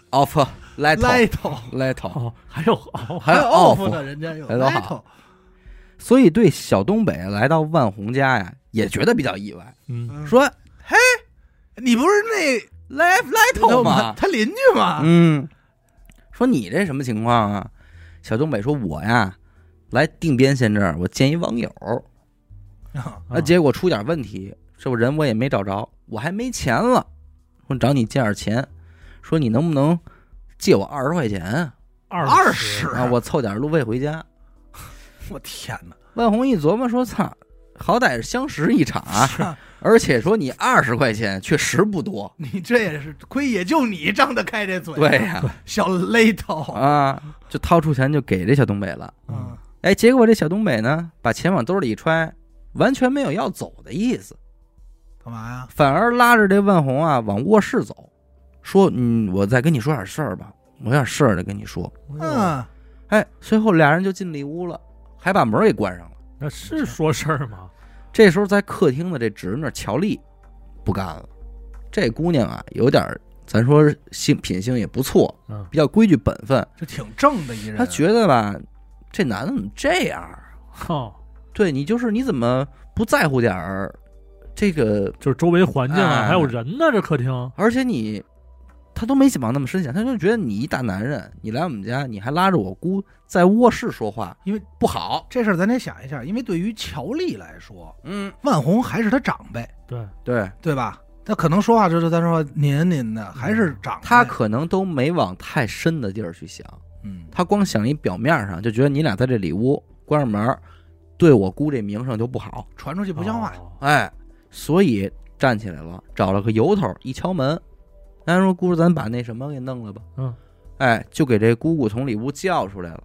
Speaker 1: of 赖头
Speaker 2: Little，
Speaker 1: 赖头，
Speaker 3: 哦，还有哦，
Speaker 1: 还有
Speaker 2: off
Speaker 1: of
Speaker 2: 呢，人家有
Speaker 1: 哎都好
Speaker 2: Little，
Speaker 1: 所以对小东北来到万红家呀，也觉得比较意外，
Speaker 3: 嗯，
Speaker 2: 嗯
Speaker 1: 说
Speaker 2: 你不是那
Speaker 1: 来来头
Speaker 2: 头
Speaker 1: 嘛，
Speaker 2: 他邻居嘛。
Speaker 1: 嗯，说你这什么情况啊？小东北说，我呀来定边县这儿，我见一网友，
Speaker 2: 啊
Speaker 1: 啊，结果出点问题，这不人我也没找着，我还没钱了，说找你借点钱，说你能不能借我二十块钱啊
Speaker 3: 二
Speaker 2: 二
Speaker 3: 十
Speaker 2: 十，
Speaker 1: 啊？我凑点路费回家。
Speaker 2: 我天哪！
Speaker 1: 万红一琢磨说，操，好歹是相识一场啊，
Speaker 2: 啊，
Speaker 1: 而且说你二十块钱确实不多。
Speaker 2: 你这也是亏，也就你张得开这嘴。啊
Speaker 1: 对，呀、
Speaker 2: 小 Little，
Speaker 1: 啊，就掏出钱就给这小东北了。
Speaker 2: 嗯
Speaker 3: 嗯，
Speaker 1: 哎，结果这小东北呢，把钱往兜里一揣，完全没有要走的意思，
Speaker 2: 干嘛呀？
Speaker 1: 反而拉着这万红啊往卧室走，说：“嗯，我再跟你说点事儿吧，我有点事儿得跟你说。
Speaker 3: 嗯，
Speaker 2: 嗯，”
Speaker 1: 哎，随后俩人就进里屋了，还把门给关上了。
Speaker 3: 那是说事儿吗？
Speaker 1: 这时候在客厅的这侄女乔丽不干了，这姑娘啊有点儿，咱说性品性也不错，
Speaker 3: 嗯，
Speaker 1: 比较规矩本分，
Speaker 2: 这挺正的一人。啊
Speaker 1: 她觉得吧，这男的怎么这样啊？
Speaker 3: 哦，
Speaker 1: 对你就是你怎么不在乎点儿这个？
Speaker 3: 就是周围环境啊，
Speaker 1: 哎
Speaker 3: 还有人呢，这客厅
Speaker 1: 而且你他都没往那么深想，他就觉得你一大男人，你来我们家，你还拉着我姑在卧室说话，
Speaker 2: 因为
Speaker 1: 不好。
Speaker 2: 这事儿咱得想一下，因为对于乔丽来说，
Speaker 1: 嗯，
Speaker 2: 万红还是她长辈，
Speaker 3: 对，
Speaker 1: 对
Speaker 2: 对吧？她可能说话就是咱说您您的，还是长辈。
Speaker 1: 他可能都没往太深的地儿去想，
Speaker 2: 嗯，
Speaker 1: 他光想一表面上，就觉得你俩在这里屋关上门儿，对我姑这名声就不好。
Speaker 2: 传出去不像话。
Speaker 3: 哦
Speaker 1: 哎，所以站起来了，找了个由头，一敲门，咱说姑，咱把那什么给弄了吧。
Speaker 3: 嗯，
Speaker 1: 哎，就给这姑姑从里屋叫出来了。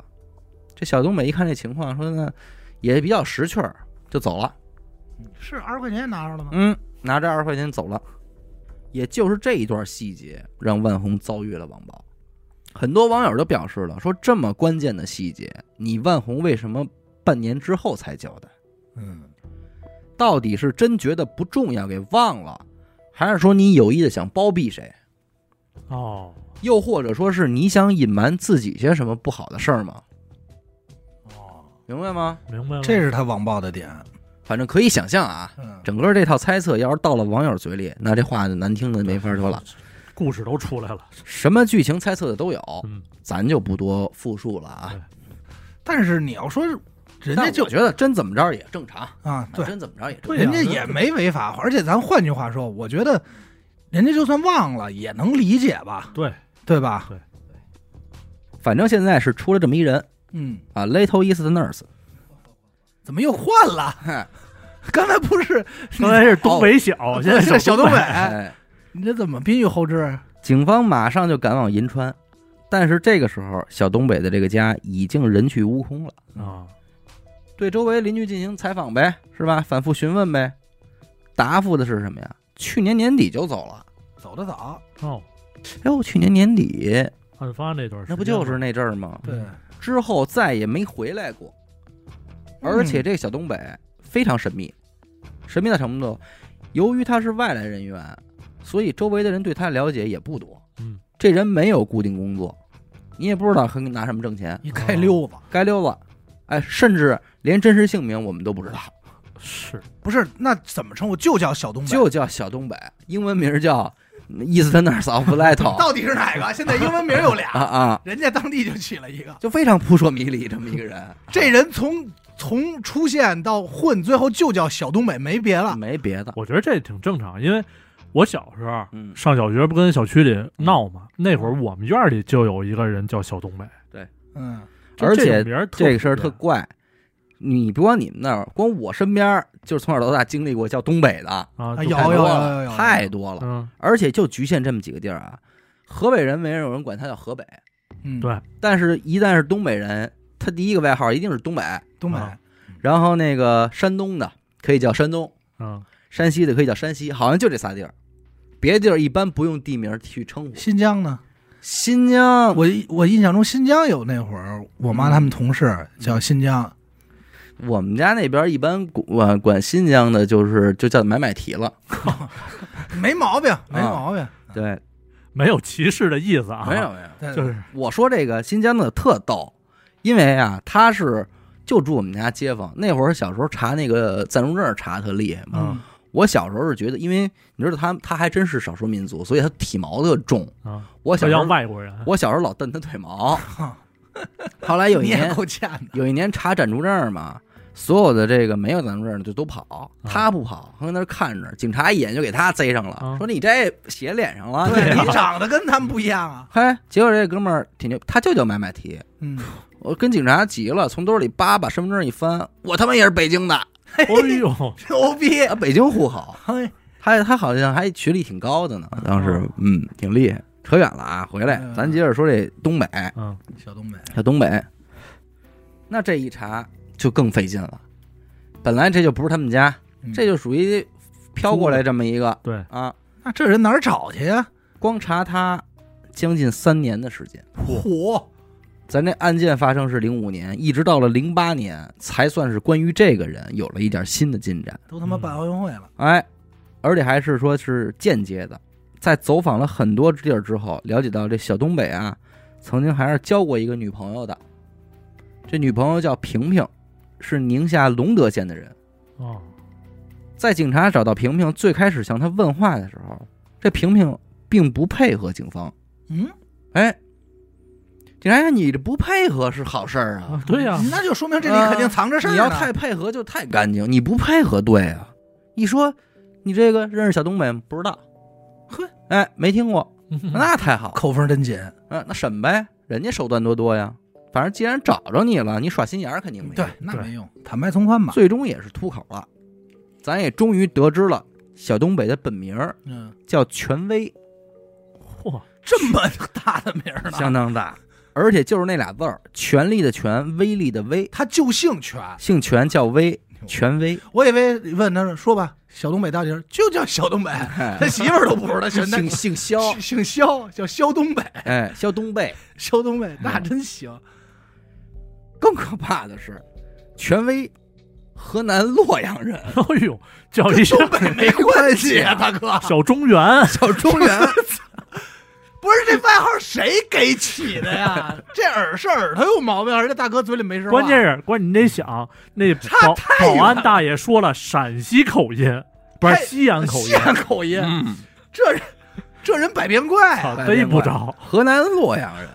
Speaker 1: 这小东北一看这情况，说呢也比较识趣儿，就走了。
Speaker 2: 是二十块钱也拿着了吗？
Speaker 1: 嗯，拿着二十块钱走了。也就是这一段细节，让万红遭遇了网暴。很多网友都表示了，说这么关键的细节，你万红为什么半年之后才交代？
Speaker 2: 嗯，
Speaker 1: 到底是真觉得不重要给忘了，还是说你有意的想包庇谁？
Speaker 3: 哦，
Speaker 1: 又或者说是你想隐瞒自己些什么不好的事儿吗？
Speaker 2: 哦，
Speaker 1: 明白吗？
Speaker 3: 明白了，
Speaker 2: 这是他网暴的点。
Speaker 1: 反正可以想象啊，
Speaker 2: 嗯，
Speaker 1: 整个这套猜测要是到了网友嘴里，那这话就难听的没法说了，
Speaker 3: 故事都出来了，
Speaker 1: 什么剧情猜测的都有，
Speaker 3: 嗯，
Speaker 1: 咱就不多复述了啊。
Speaker 2: 但是你要说人
Speaker 1: 但
Speaker 2: 家
Speaker 1: 我
Speaker 2: 就
Speaker 1: 觉得真怎么着也正常，
Speaker 2: 啊，对，
Speaker 1: 真怎么着也正
Speaker 3: 对
Speaker 1: 常。
Speaker 3: 呀
Speaker 2: 人家也没违法，而且咱换句话说，我觉得人家就算忘了也能理解吧，
Speaker 3: 对，
Speaker 2: 对吧？
Speaker 1: 反正现在是出了这么一人
Speaker 2: 嗯，
Speaker 1: 啊，Little East Nurse，
Speaker 2: 怎么又换了？
Speaker 1: 嗨
Speaker 2: 刚才不是
Speaker 3: 刚才是东北小，现在
Speaker 2: 是
Speaker 3: 小
Speaker 2: 小东北，
Speaker 1: 哦哎，
Speaker 2: 你这怎么宾语后置？
Speaker 1: 警方马上就赶往银川，但是这个时候小东北的这个家已经人去屋空了。
Speaker 3: 啊，
Speaker 1: 对周围邻居进行采访呗，是吧？反复询问呗。答复的是什么呀？哎去年年底就走了。
Speaker 2: 走得早，
Speaker 3: 哦，
Speaker 1: 哎呦，去年年底
Speaker 3: 案发那段时间
Speaker 1: 那不就是那阵儿吗？
Speaker 2: 对，
Speaker 1: 之后再也没回来过。
Speaker 2: 嗯
Speaker 1: 而且这个小东北非常神秘，神秘到什么程度？由于他是外来人员，所以周围的人对他了解也不多。
Speaker 3: 嗯，
Speaker 1: 这人没有固定工作，你也不知道他拿什么挣钱，
Speaker 2: 一开溜子，
Speaker 1: 该溜了。哎，甚至连真实姓名我们都不知道，
Speaker 3: 是
Speaker 2: 不是那怎么称呼？就叫小东北，
Speaker 1: 就叫小东北，英文名叫 East Nurse of Little
Speaker 2: 到底是哪个？现在英文名有
Speaker 1: 啊
Speaker 2: 俩，
Speaker 1: 啊，
Speaker 2: 人家当地就起了一个。
Speaker 1: 就非常扑朔迷离这么一个人。
Speaker 2: 这人从从出现到混，最后就叫小东北，没别了。
Speaker 1: 没别的，
Speaker 3: 我觉得这挺正常，因为我小时候
Speaker 1: 嗯，
Speaker 3: 上小学不跟小区里闹嘛，那会儿我们院儿里就有一个人叫小东北，
Speaker 2: 嗯，
Speaker 3: 就
Speaker 1: 而
Speaker 3: 这种
Speaker 1: 且
Speaker 3: 名儿特
Speaker 1: 这个事儿
Speaker 3: 别
Speaker 1: 特怪。你不光你们那儿，光我身边儿就是从小到大经历过叫东北的，
Speaker 3: 啊，
Speaker 2: 啊
Speaker 3: 就
Speaker 1: 太
Speaker 2: 有
Speaker 3: 感
Speaker 1: 多
Speaker 3: 觉
Speaker 2: 有
Speaker 1: 了
Speaker 2: 有有有
Speaker 1: 太多了，
Speaker 3: 嗯，
Speaker 1: 而且就局限这么几个地儿啊。河北人没人有人管他叫河北，
Speaker 2: 嗯，
Speaker 3: 对
Speaker 1: 但是一旦是东北人，他第一个外号一定是东北，
Speaker 2: 东北
Speaker 3: 啊
Speaker 1: 然后那个山东的可以叫山东，
Speaker 3: 嗯，
Speaker 1: 山西的可以叫山西，好像就这仨地儿，别的地儿一般不用地名去称呼。
Speaker 2: 新疆呢？
Speaker 1: 新疆
Speaker 2: 我我印象中新疆有那会儿，我妈他们同事叫新疆，
Speaker 1: 我们家那边一般管管新疆的，就是就叫买买提了。
Speaker 2: 没毛病，没毛病。
Speaker 1: 对，
Speaker 3: 没有歧视的意思啊，
Speaker 1: 没有没有。
Speaker 2: 对
Speaker 3: 就是
Speaker 1: 我说这个新疆的特逗，因为啊，他是就住我们家街坊。那会儿小时候查那个暂住证查得特厉害嘛。
Speaker 2: 嗯，
Speaker 1: 我小时候是觉得，因为你知道他他还真是少数民族，所以他体毛特重。
Speaker 3: 啊，
Speaker 1: 我小
Speaker 3: 就
Speaker 1: 时
Speaker 3: 像
Speaker 1: 候
Speaker 3: 外国人，
Speaker 1: 我小时候老蹬他腿 毛。后来有一
Speaker 2: 你也
Speaker 1: 年
Speaker 2: 够欠的。
Speaker 1: 有一年查暂住证嘛，所有的这个没有暂住证的就都跑，
Speaker 3: 啊
Speaker 2: 嗯
Speaker 1: 他不跑，他在那儿看着，警察一眼就给他逮上了
Speaker 3: 啊，
Speaker 1: 说你这血脸上了。
Speaker 2: 嗯对啊
Speaker 1: 你
Speaker 2: 你长得跟他们不一样啊。
Speaker 1: 嘿，结果这哥们儿挺牛，他就叫买买提。
Speaker 2: 嗯，
Speaker 1: 我跟警察急了，从兜里扒把身份证一翻，我他妈也是北京的，
Speaker 3: 哎呦，
Speaker 2: 牛 逼！
Speaker 1: 啊，北京户口。
Speaker 2: 嘿，
Speaker 1: 他他好像还学历挺高的呢，当时嗯挺厉害。扯远了啊，回来
Speaker 2: 嗯
Speaker 1: 咱接着说这东北，
Speaker 3: 嗯，
Speaker 2: 小东北，
Speaker 1: 小东北。那这一查就更费劲了，本来这就不是他们家，
Speaker 2: 嗯
Speaker 1: 这就属于飘过来这么一个
Speaker 3: 对，
Speaker 1: 啊，
Speaker 2: 那这人哪儿找去呀？
Speaker 1: 光查他将近三年的时间。
Speaker 2: 嚯，
Speaker 1: 咱这案件发生是零五年，一直到了零八年才算是关于这个人有了一点新的进展。
Speaker 2: 都他妈办奥运会了。
Speaker 1: 哎，而且还是说是间接的，在走访了很多地儿之后，了解到这小东北啊，曾经还是交过一个女朋友的，这女朋友叫萍萍，是宁夏隆德县的人。
Speaker 3: 哦，
Speaker 1: 在警察找到萍萍最开始向她问话的时候，这萍萍并不配合警方，
Speaker 2: 嗯，
Speaker 1: 哎，警察一看你这不配合是好事儿啊
Speaker 3: 啊，对呀、
Speaker 2: 那就说明这里肯定藏着事儿
Speaker 1: 你
Speaker 2: 呢。
Speaker 1: 要太配合就太干净，你不配合对啊。一说你这个认识小东北吗？不知道，
Speaker 2: 呵，嗯
Speaker 1: 哎，没听过，
Speaker 3: 那
Speaker 1: 那太好，
Speaker 2: 口风真紧，
Speaker 1: 嗯，那审呗，人家手段多多呀。反正既然找着你了，你耍心眼儿肯定没用
Speaker 2: 对，那没用，坦白从宽吧。
Speaker 1: 最终也是秃口了。咱也终于得知了小东北的本名儿
Speaker 2: 嗯，
Speaker 1: 叫权威，
Speaker 3: 嚯，
Speaker 2: 这么大的名儿呢，
Speaker 1: 相当大，而且就是那俩字儿，权力的权，威力的威，
Speaker 2: 他就姓权。
Speaker 1: 姓权叫威，权威。
Speaker 2: 我以为问他说吧，小东北到底是就叫小东北，他媳妇儿都不知道，现在
Speaker 1: 姓姓肖，
Speaker 2: 姓姓肖，叫肖东北，
Speaker 1: 哎，肖东贝。
Speaker 2: 肖东北那真行。
Speaker 1: 更可怕的是，权威，河南洛阳人，
Speaker 3: 哎呦，叫 一下
Speaker 2: 东北没关系啊，大哥，
Speaker 3: 小中原，
Speaker 1: 小中原。
Speaker 2: 不是这外号谁给起的呀？这耳是耳朵有毛病，而且大哥嘴里没事儿话。
Speaker 3: 关键是关键你得想，那
Speaker 2: 差
Speaker 3: 保
Speaker 2: 太远
Speaker 3: 保安大爷说了，陕西口音不是
Speaker 2: 太
Speaker 3: 西安口音
Speaker 2: 西，安口音，
Speaker 1: 嗯，
Speaker 2: 这人这人百变怪
Speaker 3: 操，
Speaker 2: 啊，
Speaker 3: 逮不着。
Speaker 1: 河南洛阳人。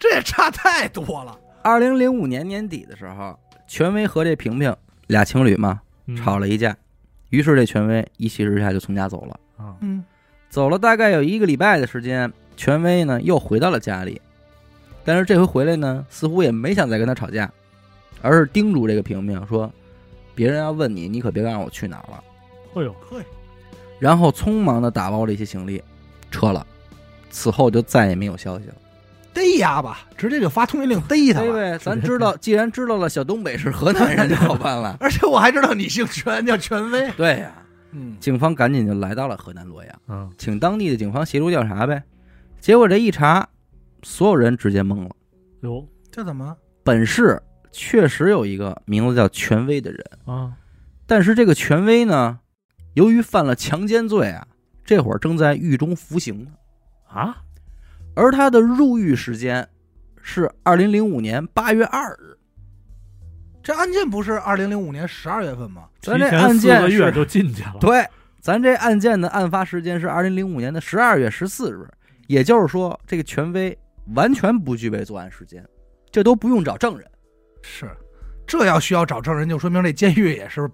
Speaker 2: 这也差太多了。
Speaker 1: 二零零五年年底的时候，权威和这萍萍俩情侣嘛
Speaker 3: 嗯
Speaker 1: 吵了一架，于是这权威一气之下就从家走了。
Speaker 3: 啊，
Speaker 2: 嗯，
Speaker 1: 走了大概有一个礼拜的时间，权威呢又回到了家里，但是这回回来呢，似乎也没想再跟他吵架，而是叮嘱这个萍萍说：“别人要问你，你可别让我去哪儿了。
Speaker 3: 哎呦，
Speaker 2: 嘿，”
Speaker 1: 然后匆忙的打包了一些行李，撤了。此后就再也没有消息了。
Speaker 2: 逮呀吧，直接就发通缉令逮他
Speaker 1: 对
Speaker 2: 吧。。
Speaker 1: 呗， 咱知道，既然知道了小东北是河南 人就好办了
Speaker 2: 而且我还知道你姓权，叫权威。
Speaker 1: 对呀、
Speaker 2: 嗯，
Speaker 1: 警方赶紧就来到了河南洛阳，
Speaker 3: 嗯，
Speaker 1: 请当地的警方协助调查呗。结果这一查，所有人直接懵了。
Speaker 3: 有
Speaker 2: 这怎么？
Speaker 1: 本市确实有一个名字叫权威的人，
Speaker 3: 啊，
Speaker 1: 但是这个权威呢，由于犯了强奸罪啊，这会儿正在狱中服刑呢。
Speaker 3: 啊，
Speaker 1: 而他的入狱时间是二零零五年八月二日，
Speaker 2: 这案件不是二零零五年十二月份吗？
Speaker 1: 咱
Speaker 3: 提
Speaker 1: 这
Speaker 3: 前
Speaker 1: 案
Speaker 3: 四
Speaker 1: 件
Speaker 3: 个
Speaker 1: 是
Speaker 3: 月就进去了，
Speaker 1: 对，咱这案件的案发时间是二零零五年的十二月十四日，也就是说，这个权威完全不具备作案时间，这都不用找证人。
Speaker 2: 是，这要需要找证人，就说明这监狱也是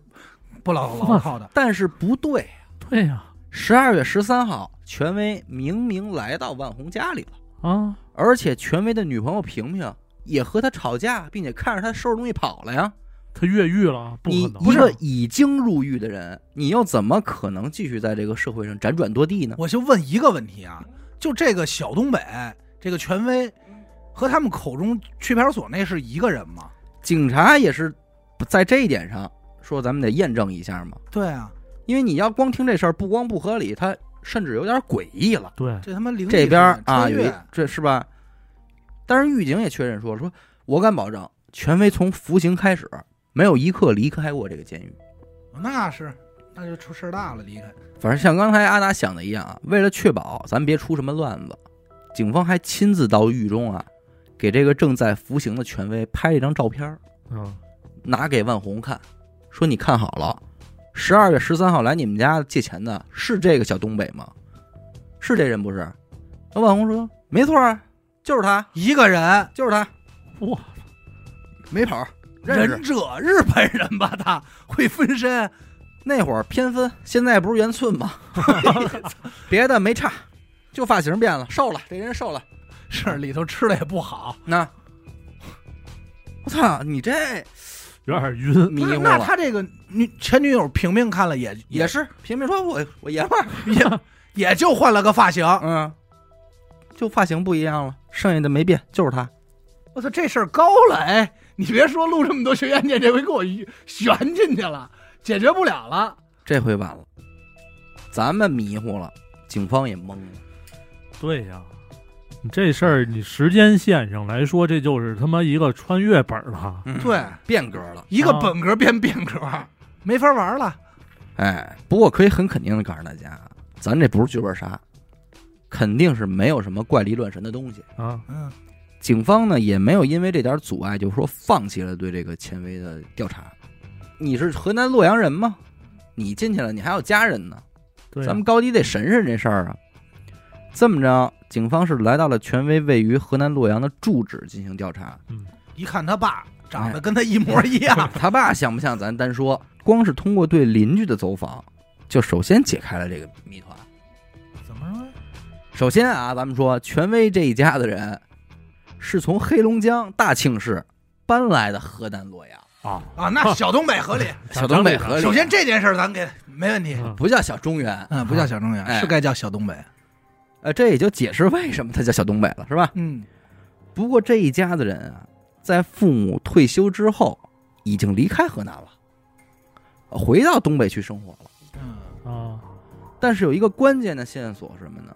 Speaker 2: 不牢牢靠的。
Speaker 1: 但是不对，
Speaker 3: 对呀，
Speaker 1: 十二月十三号，权威明明来到万红家里了，
Speaker 3: 啊，
Speaker 1: 而且权威的女朋友萍萍也和他吵架，并且看着他收拾东西跑了呀。
Speaker 3: 他越狱了，不
Speaker 1: 你
Speaker 3: 可能，
Speaker 1: 一个已经入狱的人，你又怎么可能继续在这个社会上辗转多地呢？
Speaker 2: 我就问一个问题啊，就这个小东北这个权威，和他们口中去派出所那是一个人吗？
Speaker 1: 警察也是在这一点上说，咱们得验证一下嘛。
Speaker 2: 对啊，
Speaker 1: 因为你要光听这事儿，不光不合理，它甚至有点诡异了。
Speaker 3: 对，
Speaker 2: 这他妈灵异
Speaker 1: 这边儿啊，
Speaker 2: 穿
Speaker 1: 有一
Speaker 2: 越
Speaker 1: 这是吧？当然，狱警也确认说，说我敢保证，权威从服刑开始没有一刻离开过这个监狱。
Speaker 2: 那是那就出事儿大了，离开
Speaker 1: 反正像刚才阿达想的一样啊，为了确保咱别出什么乱子，警方还亲自到狱中啊，给这个正在服刑的权威拍了一张照片儿，
Speaker 3: 嗯，
Speaker 1: 拿给万红看，说你看好了，十二月十三号来你们家借钱的是这个小东北吗？是这人不是？那万红说没错啊，就是他，
Speaker 2: 一个人，
Speaker 1: 就是他，
Speaker 3: 哇，
Speaker 1: 没跑，认识
Speaker 2: 忍。者日本人吧，他会分身，
Speaker 1: 那会儿偏分，现在不是圆寸 吗？别的没差，就发型变了，瘦了，这人瘦了。
Speaker 2: 是里头吃的也不好。
Speaker 1: 那我操，你这
Speaker 3: 有点晕，
Speaker 1: 迷糊
Speaker 2: 那
Speaker 1: 了。
Speaker 2: 他这个女前女友平平看了也
Speaker 1: 也是，平平说我我爷们儿，
Speaker 2: 也也就换了个发型。
Speaker 1: 嗯，就发型不一样了，剩下的没变，就是他。
Speaker 2: 我操，这事儿高了哎！你别说录这么多学员去，这回给我悬进去了，解决不了了。
Speaker 1: 这回晚了，咱们迷糊了，警方也懵了。
Speaker 3: 对呀。你这事儿，你时间线上来说，这就是他妈一个穿越本儿了。
Speaker 2: 对，
Speaker 1: 嗯变革了。
Speaker 2: 一个
Speaker 3: 啊
Speaker 2: 本格变变格，没法玩了。
Speaker 1: 哎，不过可以很肯定的告诉大家，咱这不是剧本杀，肯定是没有什么怪力乱神的东西。
Speaker 3: 啊，
Speaker 2: 嗯，
Speaker 1: 警方呢也没有因为这点阻碍就说放弃了对这个前威的调查。你是河南洛阳人吗？你进去了，你还有家人呢，
Speaker 3: 对
Speaker 1: 啊
Speaker 3: 呀，
Speaker 1: 咱们高低得审审这事儿啊。这么着，警方是来到了权威位于河南洛阳的住址进行调查。
Speaker 2: 一看他爸长得跟他一模一样，
Speaker 1: 他爸像不像咱单说，光是通过对邻居的走访，就首先解开了这个谜团。
Speaker 2: 怎么说？
Speaker 1: 首先啊，咱们说权威这一家子人是从黑龙江大庆市搬来的河南洛阳，
Speaker 3: 啊，
Speaker 2: 啊，那小东北合理。
Speaker 1: 小东北合理。
Speaker 2: 首先这件事儿咱给没问题，
Speaker 3: 嗯
Speaker 1: 不叫小中原，
Speaker 2: 嗯，不叫小中
Speaker 1: 哎
Speaker 2: 原，是该叫小东北。
Speaker 1: 呃，这也就解释为什么他叫小东北了，是吧？
Speaker 2: 嗯，
Speaker 1: 不过这一家子人啊，在父母退休之后，已经离开河南了，回到东北去生活了。
Speaker 2: 嗯
Speaker 3: 啊，
Speaker 1: 但是有一个关键的线索是什么呢？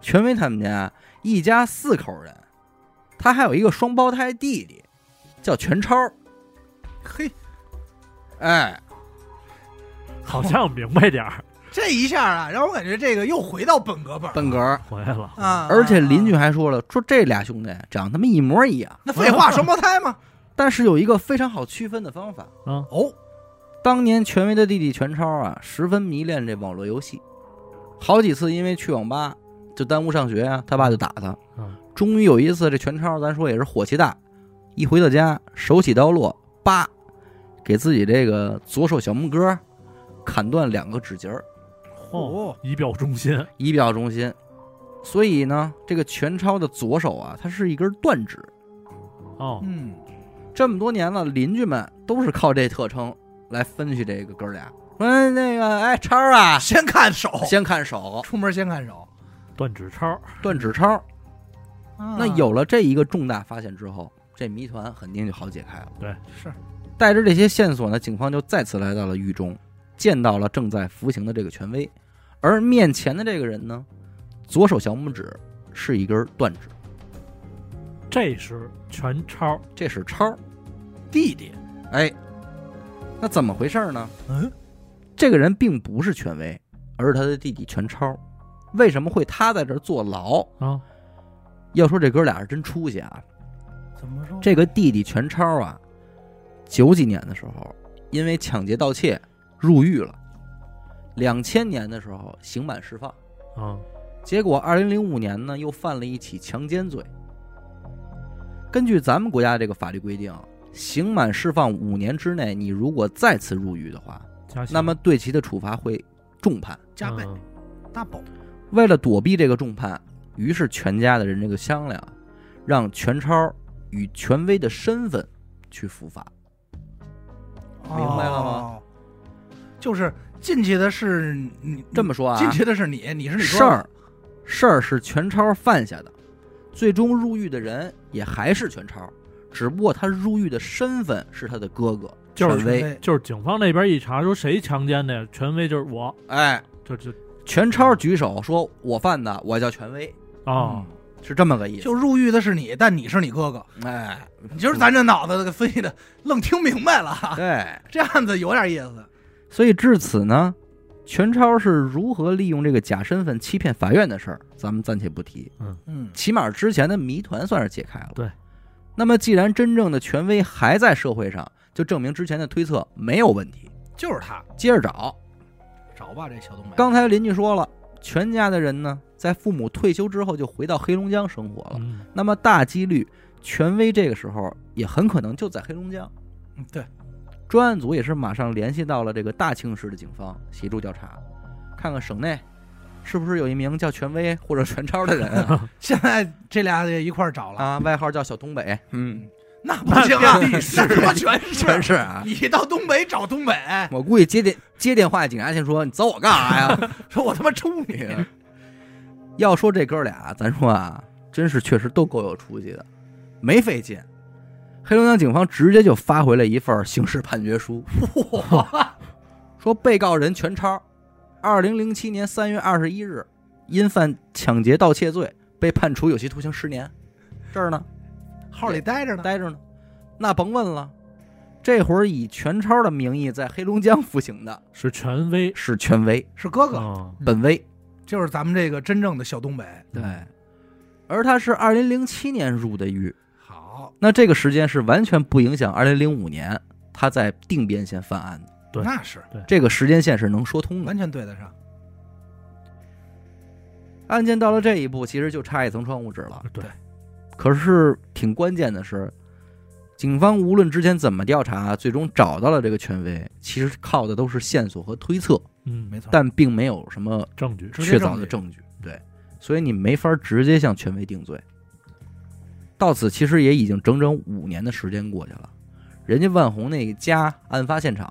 Speaker 1: 权威他们家一家四口人，他还有一个双胞胎弟弟，叫全超。
Speaker 2: 嘿，
Speaker 1: 哎，
Speaker 3: 好像明白点儿，
Speaker 2: 这一下啊，让我感觉这个又回到本格本
Speaker 1: 本格儿。
Speaker 3: 回来了
Speaker 2: 啊。
Speaker 1: 而且邻居
Speaker 2: 啊，
Speaker 1: 还说了，说这俩兄弟长他妈一模一样，
Speaker 2: 那废话，双胞 胎嘛。
Speaker 1: 但是有一个非常好区分的方法。
Speaker 3: 啊，
Speaker 2: 哦，
Speaker 1: 当年权威的弟弟全超啊，十分迷恋这网络游戏，好几次因为去网吧就耽误上学啊，他爸就打他
Speaker 3: 嗯。
Speaker 1: 终于有一次，这全超咱说也是火气大，一回到家手起刀落，叭，给自己这个左手小拇哥砍断两个指节儿，
Speaker 3: 哦，以表忠心，
Speaker 1: 以表忠心。所以呢，这个全超的左手啊，它是一根断指。
Speaker 3: 哦，
Speaker 2: 嗯，
Speaker 1: 这么多年了，邻居们都是靠这特称来分析这个哥俩。说那个，哎，超啊，
Speaker 2: 先看手，
Speaker 1: 先看手，
Speaker 2: 出门先看手。
Speaker 3: 断指超，
Speaker 1: 断指超。啊那
Speaker 2: 那
Speaker 1: 有了这一个重大发现之后，这谜团肯定就好解开了。
Speaker 2: 是
Speaker 1: 带着这些线索呢，警方就再次来到了狱中，见到了正在服刑的这个权威，而面前的这个人呢，左手小拇指是一根断指，
Speaker 3: 这是全超，
Speaker 1: 这是超。
Speaker 2: 弟弟，
Speaker 1: 哎，那怎么回事呢？
Speaker 2: 嗯，
Speaker 1: 这个人并不是权威，而是他的弟弟全超。为什么会他在这儿坐牢？
Speaker 3: 啊，
Speaker 1: 要说这哥俩是真出息啊，
Speaker 2: 怎么说？
Speaker 1: 这个弟弟全超啊，九几年的时候因为抢劫盗窃入狱了，两千年的时候刑满释放，
Speaker 3: 啊，
Speaker 1: 结果二零零五年呢又犯了一起强奸罪。根据咱们国家这个法律规定，刑满释放五年之内，你如果再次入狱的话，
Speaker 3: 加
Speaker 1: 那么对其的处罚会重判。
Speaker 2: 加倍
Speaker 3: 嗯
Speaker 2: 大宝，
Speaker 1: 为了躲避这个重判，于是全家的人这个商量，让全超以权威的身份去伏法。明白了吗
Speaker 2: 哦？就是进去的是你，
Speaker 1: 这么说啊，
Speaker 2: 进去的是你，嗯你是你
Speaker 1: 事儿，事儿是全超犯下的，最终入狱的人也还是全超，只不过他入狱的身份是他的哥哥
Speaker 3: 就是
Speaker 1: 权
Speaker 2: 威
Speaker 1: 威。
Speaker 3: 就是警方那边一查，说谁强奸的呀？权威就是我，
Speaker 1: 哎，
Speaker 3: 这这
Speaker 1: 全超举手说：“我犯的，我叫权威。
Speaker 3: 啊，，”
Speaker 1: 是这么个意思
Speaker 2: 嗯就。入狱的是你，但你是你哥哥。
Speaker 1: 哎，
Speaker 2: 你就是咱这脑子分析的，愣听明白了啊，
Speaker 1: 对，
Speaker 2: 这案子有点意思。
Speaker 1: 所以至此呢，全超是如何利用这个假身份欺骗法院的事儿，咱们暂且不提。
Speaker 2: 嗯，
Speaker 1: 起码之前的谜团算是解开了。
Speaker 3: 对，
Speaker 1: 那么既然真正的权威还在社会上，就证明之前的推测没有问题。
Speaker 2: 就是他，
Speaker 1: 接着找，
Speaker 2: 找吧，这小东北。
Speaker 1: 刚才邻居说了，全家的人呢，在父母退休之后就回到黑龙江生活了。
Speaker 3: 嗯，
Speaker 1: 那么大几率，权威这个时候也很可能就在黑龙江。
Speaker 2: 嗯对，
Speaker 1: 专案组也是马上联系到了这个大庆市的警方协助调查，看看省内是不是有一名叫权威或者全超的人啊
Speaker 2: 现在这俩也一块儿找了，
Speaker 1: 啊，外号叫小东北，嗯，
Speaker 2: 那不行啊，
Speaker 3: 那
Speaker 2: 那他妈全是
Speaker 1: 全是啊。
Speaker 2: 你到东北找东北，
Speaker 1: 我估计接电接电话，警察先说你找我干啥呀？
Speaker 2: 说我他妈抽你。
Speaker 1: 要说这哥俩，咱说啊，真是确实都够有出息的，没费劲。黑龙江警方直接就发回了一份刑事判决书，
Speaker 2: 哇，
Speaker 1: 说被告人全超，二零零七年三月二十一日因犯抢劫盗窃罪被判处有期徒刑十年。这儿呢，
Speaker 2: 号里待着呢，
Speaker 1: 待着呢，那甭问了，这会儿以全超的名义在黑龙江服刑的
Speaker 3: 是权威，
Speaker 1: 是权威
Speaker 2: 是哥
Speaker 1: 嗯
Speaker 2: 哥，
Speaker 3: 啊，
Speaker 1: 本威。
Speaker 2: 就是咱们这个真正的小东北。
Speaker 1: 对，而他是二零零七年入的狱，
Speaker 2: 好，
Speaker 1: 那这个时间是完全不影响二零零五年他在定边县犯案的，
Speaker 3: 对
Speaker 2: 那是
Speaker 1: 这个时间线是能说通的。
Speaker 2: 完全对得上。
Speaker 1: 案件到了这一步，其实就差一层窗户纸
Speaker 2: 啊
Speaker 1: 了。
Speaker 3: 对，
Speaker 1: 可是挺关键的是，警方无论之前怎么调查，最终找到了这个权威，其实靠的都是线索和推测，
Speaker 3: 嗯，
Speaker 2: 没错。
Speaker 1: 但并没有什么
Speaker 3: 证据，
Speaker 2: 直
Speaker 1: 确
Speaker 2: 接
Speaker 1: 凿
Speaker 2: 证
Speaker 1: 的
Speaker 2: 据
Speaker 1: 证据。对，所以你没法直接向权威定罪。到此，其实也已经整整五年的时间过去了，人家万红那家案发现场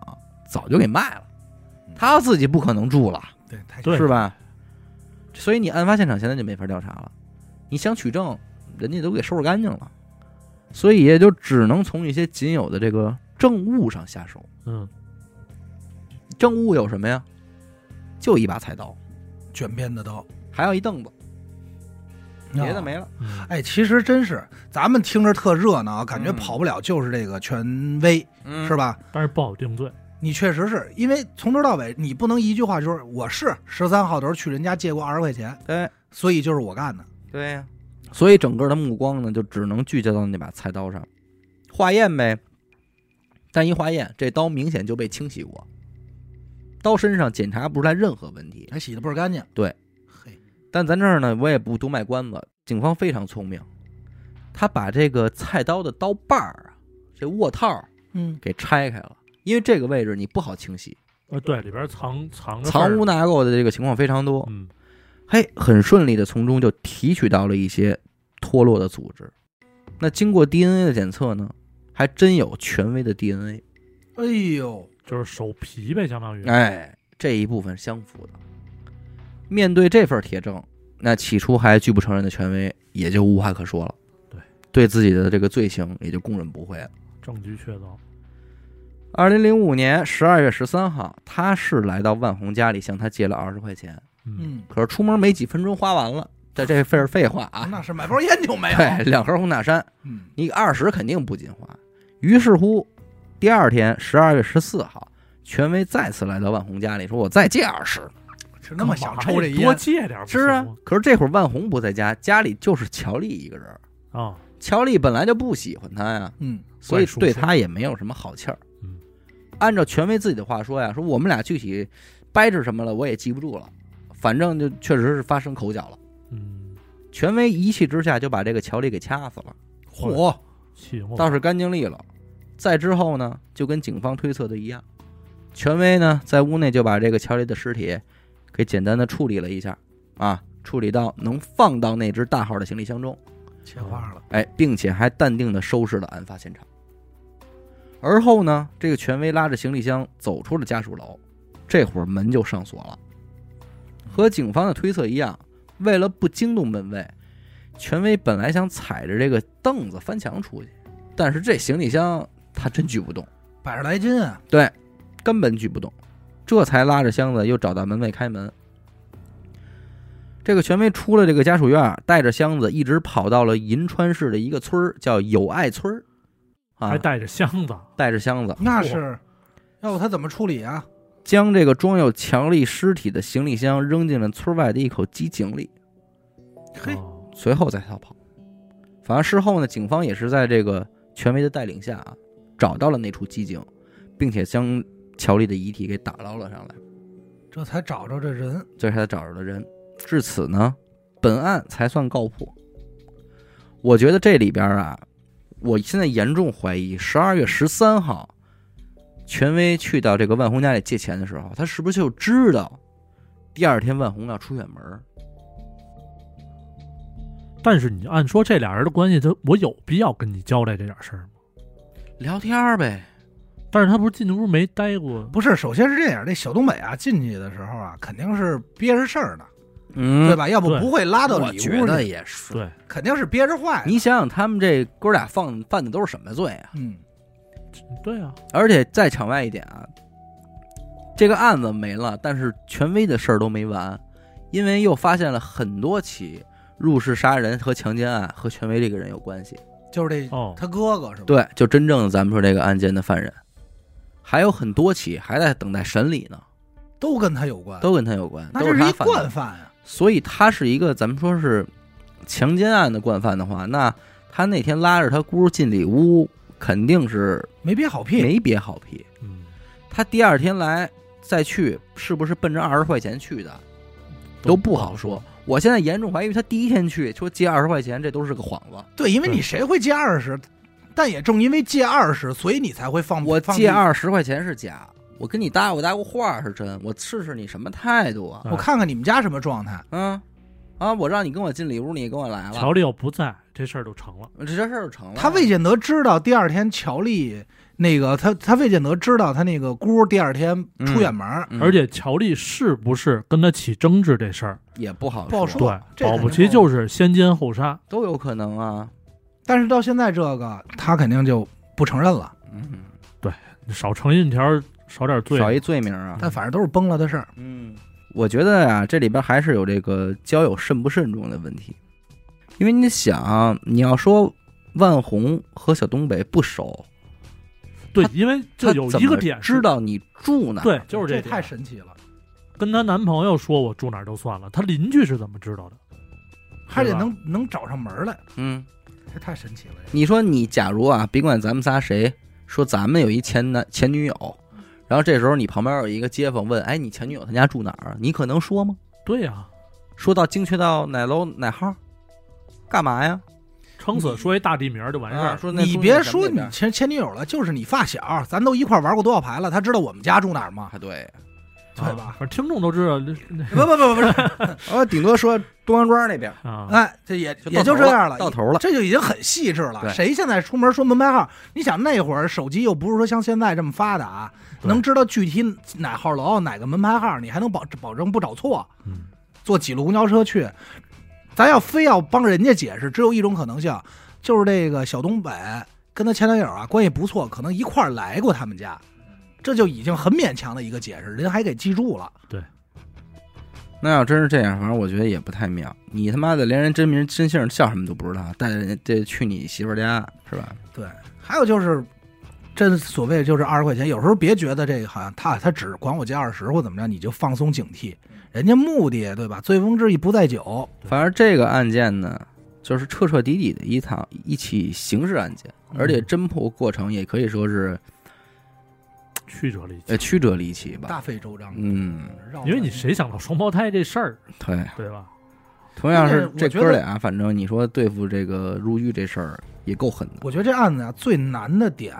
Speaker 1: 早就给卖了，他自己不可能住了。
Speaker 2: 嗯对，太
Speaker 3: 对
Speaker 1: 是吧？所以你案发现场现在就没法调查了，你想取证，人家都给收拾干净了，所以也就只能从一些仅有的这个证物上下手。
Speaker 3: 嗯，
Speaker 1: 证物有什么呀？就一把菜刀，
Speaker 2: 卷边的刀，
Speaker 1: 还有一凳子，别的
Speaker 2: 啊。
Speaker 1: 没了。
Speaker 3: 嗯
Speaker 2: 哎，其实真是，咱们听着特热闹，啊，感觉
Speaker 1: 嗯
Speaker 2: 跑不了就是这个权威，
Speaker 1: 嗯
Speaker 2: 是吧？
Speaker 3: 但是不好定罪，
Speaker 2: 你确实是因为从头到尾，你不能一句话就是我是十三号头去人家借过二十块钱，
Speaker 1: 对
Speaker 2: 所以就是我干的。
Speaker 1: 对呀、所以整个的目光呢，就只能聚焦到那把菜刀上，化验呗。但一化验，这刀明显就被清洗过，刀身上检查不出来任何问题。
Speaker 2: 还洗的倍儿干净。
Speaker 1: 对，
Speaker 2: 嘿，
Speaker 1: 但咱这儿呢，我也不多卖关子，警方非常聪明，他把这个菜刀的刀把儿啊，这握套儿
Speaker 2: 嗯，
Speaker 1: 给拆开了，因为这个位置你不好清洗，
Speaker 3: 呃，对，里边藏藏着
Speaker 1: 藏
Speaker 3: 事儿
Speaker 1: 污，纳垢的这个情况非常多。
Speaker 3: 嗯，
Speaker 1: 嘿，很顺利的从中就提取到了一些脱落的组织。那经过 DNA 的检测呢，还真有权威的 DNA，
Speaker 2: 哎呦，
Speaker 3: 就是手皮呗，相当于，
Speaker 1: 哎，这一部分相符的。面对这份铁证，那起初还拒不承认的权威也就无话可说了，
Speaker 3: 对，
Speaker 1: 对自己的这个罪行也就供认不讳了。
Speaker 3: 证据确凿，
Speaker 1: 二零零五年十二月十三号，他是来到万红家里向他借了二十块钱，
Speaker 3: 嗯，
Speaker 2: 嗯，
Speaker 1: 可是出门没几分钟花完了，这这份儿废话啊，
Speaker 2: 那是买包烟就没有。
Speaker 1: 对，两盒红塔山，
Speaker 2: 嗯，
Speaker 1: 你二十肯定不禁花。于是乎，第二天十二月十四号，权威再次来到万红家里，说我再借二十。
Speaker 2: 是那么想
Speaker 3: 干嘛
Speaker 2: 抽这
Speaker 3: 呀多
Speaker 2: 烟，
Speaker 3: 借点儿不
Speaker 1: 是啊
Speaker 3: 行吗，
Speaker 1: 可是这会儿万红不在家，家里就是乔丽一个人儿。
Speaker 3: 啊，
Speaker 1: 乔丽本来就不喜欢他呀，
Speaker 2: 嗯，
Speaker 1: 所以
Speaker 3: 怪叔叔
Speaker 1: 对他也没有什么好气儿
Speaker 3: 嗯。
Speaker 1: 按照权威自己的话说呀，说我们俩具体掰扯什么了，我也记不住了，反正就确实是发生口角了。
Speaker 3: 嗯，
Speaker 1: 权威一气之下就把这个乔丽给掐死了，
Speaker 2: 嚯，
Speaker 3: 行，
Speaker 1: 倒是干净利落。再之后呢，就跟警方推测的一样，权威呢在屋内就把这个乔丽的尸体给简单的处理了一下，啊，处理到能放到那只大号的行李箱中，
Speaker 2: 切花了。
Speaker 1: 哎，并且还淡定的收拾了案发现场。而后呢，这个权威拉着行李箱走出了家属楼，这会儿门就上锁了。和警方的推测一样，为了不惊动门卫，权威本来想踩着这个凳子翻墙出去，但是这行李箱他真举不动，
Speaker 2: 百十来斤啊！
Speaker 1: 对，根本举不动，这才拉着箱子又找到门卫开门。这个权威出了这个家属院，带着箱子一直跑到了银川市的一个村儿，叫友爱村儿，啊
Speaker 3: 还，带着箱子，
Speaker 1: 带着箱子，
Speaker 2: 那是，要不他怎么处理啊？
Speaker 1: 将这个装有强力尸体的行李箱扔进了村外的一口机井里，
Speaker 2: 嘿，
Speaker 3: 哦
Speaker 1: 随后再逃跑。反正事后呢，警方也是在这个权威的带领下啊，找到了那处机井，并且将乔丽的遗体给打捞了上来。
Speaker 2: 这才找着这人，
Speaker 1: 这是他找着的人。至此呢，本案才算告破。我觉得这里边啊，我现在严重怀疑，十二月十三号，权威去到这个万红家里借钱的时候，他是不是就知道第二天万红要出远门儿？
Speaker 3: 但是你按说这俩人的关系，他我有必要跟你交代这点事儿吗？
Speaker 1: 聊天儿呗？
Speaker 3: 但是他不是进屋没待过，
Speaker 2: 不是？首先是这样，这小东北啊，进去的时候啊，肯定是憋着事儿呢，
Speaker 1: 嗯
Speaker 2: 对？吧？要不
Speaker 3: 对
Speaker 2: 不会拉到
Speaker 1: 我
Speaker 2: 里
Speaker 1: 觉
Speaker 2: 屋
Speaker 1: 得
Speaker 2: 去，
Speaker 1: 也是。
Speaker 3: 对，
Speaker 2: 肯定是憋着坏的。
Speaker 1: 你想想，他们这哥俩犯犯的都是什么罪啊？
Speaker 2: 嗯，
Speaker 3: 对啊，
Speaker 1: 而且再场外一点啊，这个案子没了，但是权威的事儿都没完，因为又发现了很多起入室杀人和强奸案和权威这个人有关系。
Speaker 2: 就是这
Speaker 3: 哦，
Speaker 2: 他哥哥是吧？
Speaker 1: 对，就真正的咱们说这个案件的犯人，还有很多起还在等待审理呢，
Speaker 2: 都跟他有关，
Speaker 1: 都跟他有关，
Speaker 2: 那
Speaker 1: 都啊
Speaker 2: 这
Speaker 1: 是
Speaker 2: 是
Speaker 1: 他
Speaker 2: 一
Speaker 1: 犯的
Speaker 2: 惯。犯啊。
Speaker 1: 所以他是一个咱们说是强奸案的惯犯的话，那他那天拉着他姑进里屋，肯定是
Speaker 2: 没憋好屁，
Speaker 1: 没憋好屁。
Speaker 3: 嗯，
Speaker 1: 他第二天来再去，是不是奔着二十块钱去的，都不好说。。我现在严重怀疑他第一天去说借二十块钱，这都是个幌子。
Speaker 2: 对，因为
Speaker 1: 嗯
Speaker 3: 对
Speaker 2: 你谁会借二十？但也正因为借二十，所以你才会放
Speaker 1: 我
Speaker 2: 放
Speaker 1: 借
Speaker 2: 屁。
Speaker 1: 二十块钱是假，我跟你搭我搭过话是真，我试试你什么态度啊？
Speaker 2: 我看看你们家什么状态。
Speaker 1: 啊啊！我让你跟我进里屋，你也跟我来了
Speaker 3: 乔，丽要不在，这事儿就成了。
Speaker 1: 这这事儿就成了。
Speaker 2: 他未见得知道第二天乔丽那个他他未见得知道他那个姑第二天出远门，
Speaker 1: 嗯，
Speaker 3: 而且乔丽是不是跟他起争执这事儿，
Speaker 1: 也不好
Speaker 2: 不好说
Speaker 3: 对
Speaker 2: 哇，这
Speaker 3: 保
Speaker 2: 肯
Speaker 3: 不
Speaker 2: 定
Speaker 3: 齐
Speaker 2: 是
Speaker 3: 就是先奸后杀。
Speaker 1: 都有可能啊。
Speaker 2: 但是到现在这个他肯定就不承认了。
Speaker 1: 嗯，
Speaker 3: 少成一条，少点罪。
Speaker 1: 少一罪名啊。
Speaker 2: 但反正都是崩了的事儿。
Speaker 1: 嗯，我觉得呀、这里边还是有这个交友慎不慎重的问题，因为你想，你要说万红和小东北不熟，
Speaker 3: 对
Speaker 1: 他，
Speaker 3: 因为
Speaker 1: 他
Speaker 3: 这有
Speaker 1: 怎
Speaker 3: 一个
Speaker 1: 么
Speaker 3: 点是
Speaker 1: 知，道你住哪儿，
Speaker 3: 对，就是
Speaker 2: 这
Speaker 3: 点
Speaker 2: 太神奇了，
Speaker 3: 跟她男朋友说我住哪儿就算了，她邻居是怎么知道的？
Speaker 2: 还得
Speaker 3: 对吧
Speaker 2: 能能找上门来，
Speaker 1: 嗯，
Speaker 2: 这太神奇了。这
Speaker 1: 你说你假如啊，甭管咱们仨谁说咱们有一前男前女友，然后这时候你旁边有一个街坊问，哎，你前女友她家住哪儿啊？你可能说吗？
Speaker 3: 对呀、
Speaker 1: 说到精确到哪楼哪号？干嘛呀？
Speaker 3: 撑死说一大地名儿就完事儿
Speaker 1: 啊
Speaker 3: 了。
Speaker 1: 说那
Speaker 2: 你
Speaker 1: 姑娘
Speaker 2: 别
Speaker 1: 咱们
Speaker 2: 说
Speaker 1: 那
Speaker 2: 你
Speaker 1: 边儿
Speaker 2: 前前女友了，就是你发小，咱都一块玩过多少牌了，他知道我们家住哪 儿吗？
Speaker 1: 啊，对，
Speaker 2: 对
Speaker 3: 啊
Speaker 2: 吧？
Speaker 3: 反正听众都知道那
Speaker 2: 不不不不不是，啊
Speaker 1: 我顶多说东阳庄那边
Speaker 3: 那啊，
Speaker 2: 哎，这也也就这样了，
Speaker 1: 到头了。
Speaker 2: 这就已经很细致了
Speaker 1: 对。
Speaker 2: 谁现在出门说门牌号？你想那会儿手机又不是说像现在这么发达，
Speaker 3: 对
Speaker 2: 能知道具体哪号楼、哪个门牌号，你还能保保证不找错，
Speaker 3: 嗯，
Speaker 2: 坐几路公交车去。咱要非要帮人家解释，只有一种可能性，就是这个小东北跟他前男友啊关系不错，可能一块儿来过他们家，这就已经很勉强的一个解释，人还给记住了。
Speaker 1: 那要真是这样，反正我觉得也不太妙。你他妈的连人真名真姓叫什么都不知道，带着人这去你媳妇儿家是吧？
Speaker 2: 对，还有就是，这所谓就是二十块钱，有时候别觉得这个好像他他只管我借二十或怎么着，你就放松警惕，人家目的对吧？醉翁之意不在酒，
Speaker 1: 反正这个案件呢，就是彻彻底底的一场一起刑事案件，而且侦破过程也可以说是
Speaker 3: 曲折离
Speaker 1: 呃
Speaker 3: 奇。
Speaker 1: 曲折离奇吧。
Speaker 2: 大费周章。
Speaker 1: 嗯，
Speaker 2: 绕
Speaker 3: 因为你
Speaker 2: 着
Speaker 3: 谁想到双胞胎这事儿，
Speaker 1: 对，
Speaker 3: 对吧？
Speaker 1: 同样嗯是这
Speaker 2: 但是我觉
Speaker 1: 哥
Speaker 2: 得
Speaker 1: 俩，反正你说对付这个入狱这事儿也够狠的。
Speaker 2: 我觉得这案子啊最难的点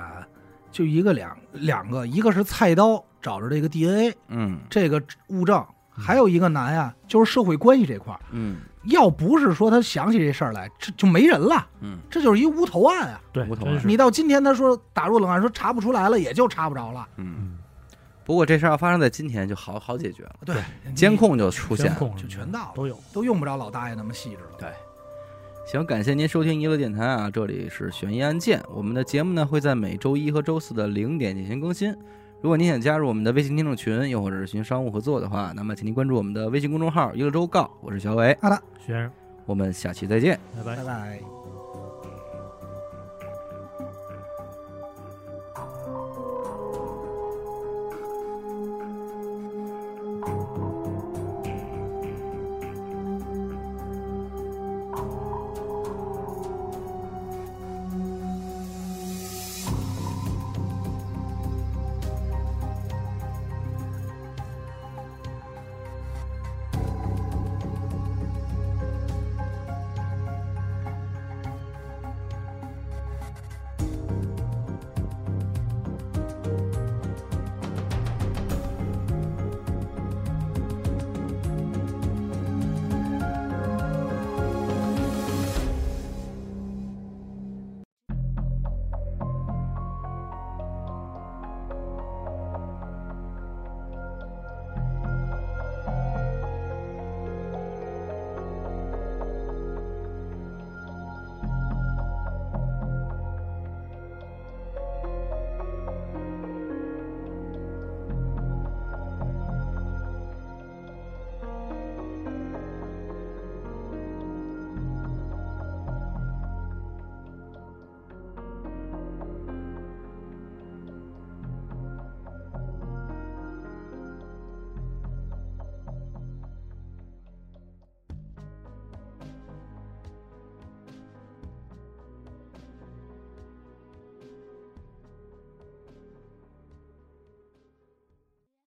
Speaker 2: 就一个两两个，一个是菜刀找着这个 DNA
Speaker 1: 嗯
Speaker 2: 这个物证，还有一个难呀、就是社会关系这块儿。
Speaker 1: 嗯
Speaker 2: 要不是说他想起这事儿来，这就没人了，
Speaker 1: 嗯，
Speaker 2: 这就是一无头案啊！
Speaker 3: 对，
Speaker 1: 无头
Speaker 3: 真
Speaker 1: 案
Speaker 3: 是
Speaker 2: 你到今天他说打入冷案，说查不出来了，也就查不着了。
Speaker 1: 嗯。
Speaker 3: 嗯，
Speaker 1: 不过这事儿要发生在今天就好好解决了，
Speaker 2: 对，
Speaker 1: 监控就出现
Speaker 3: 监
Speaker 1: 了。
Speaker 3: 控
Speaker 2: 就全到了
Speaker 3: 都有。
Speaker 2: 都用不着老大爷那么细致了。
Speaker 1: 行，感谢您收听娱乐电台啊，这里是悬疑案件。我们的节目呢会在每周一和周四的零点进行更新。如果您想加入我们的微信听众群，又或者是寻商务合作的话，那么请您关注我们的微信公众号“娱乐周告”。我是小伟，
Speaker 2: 好的，
Speaker 3: 先生，
Speaker 1: 我们下期再见。
Speaker 3: 拜拜
Speaker 2: 拜。拜。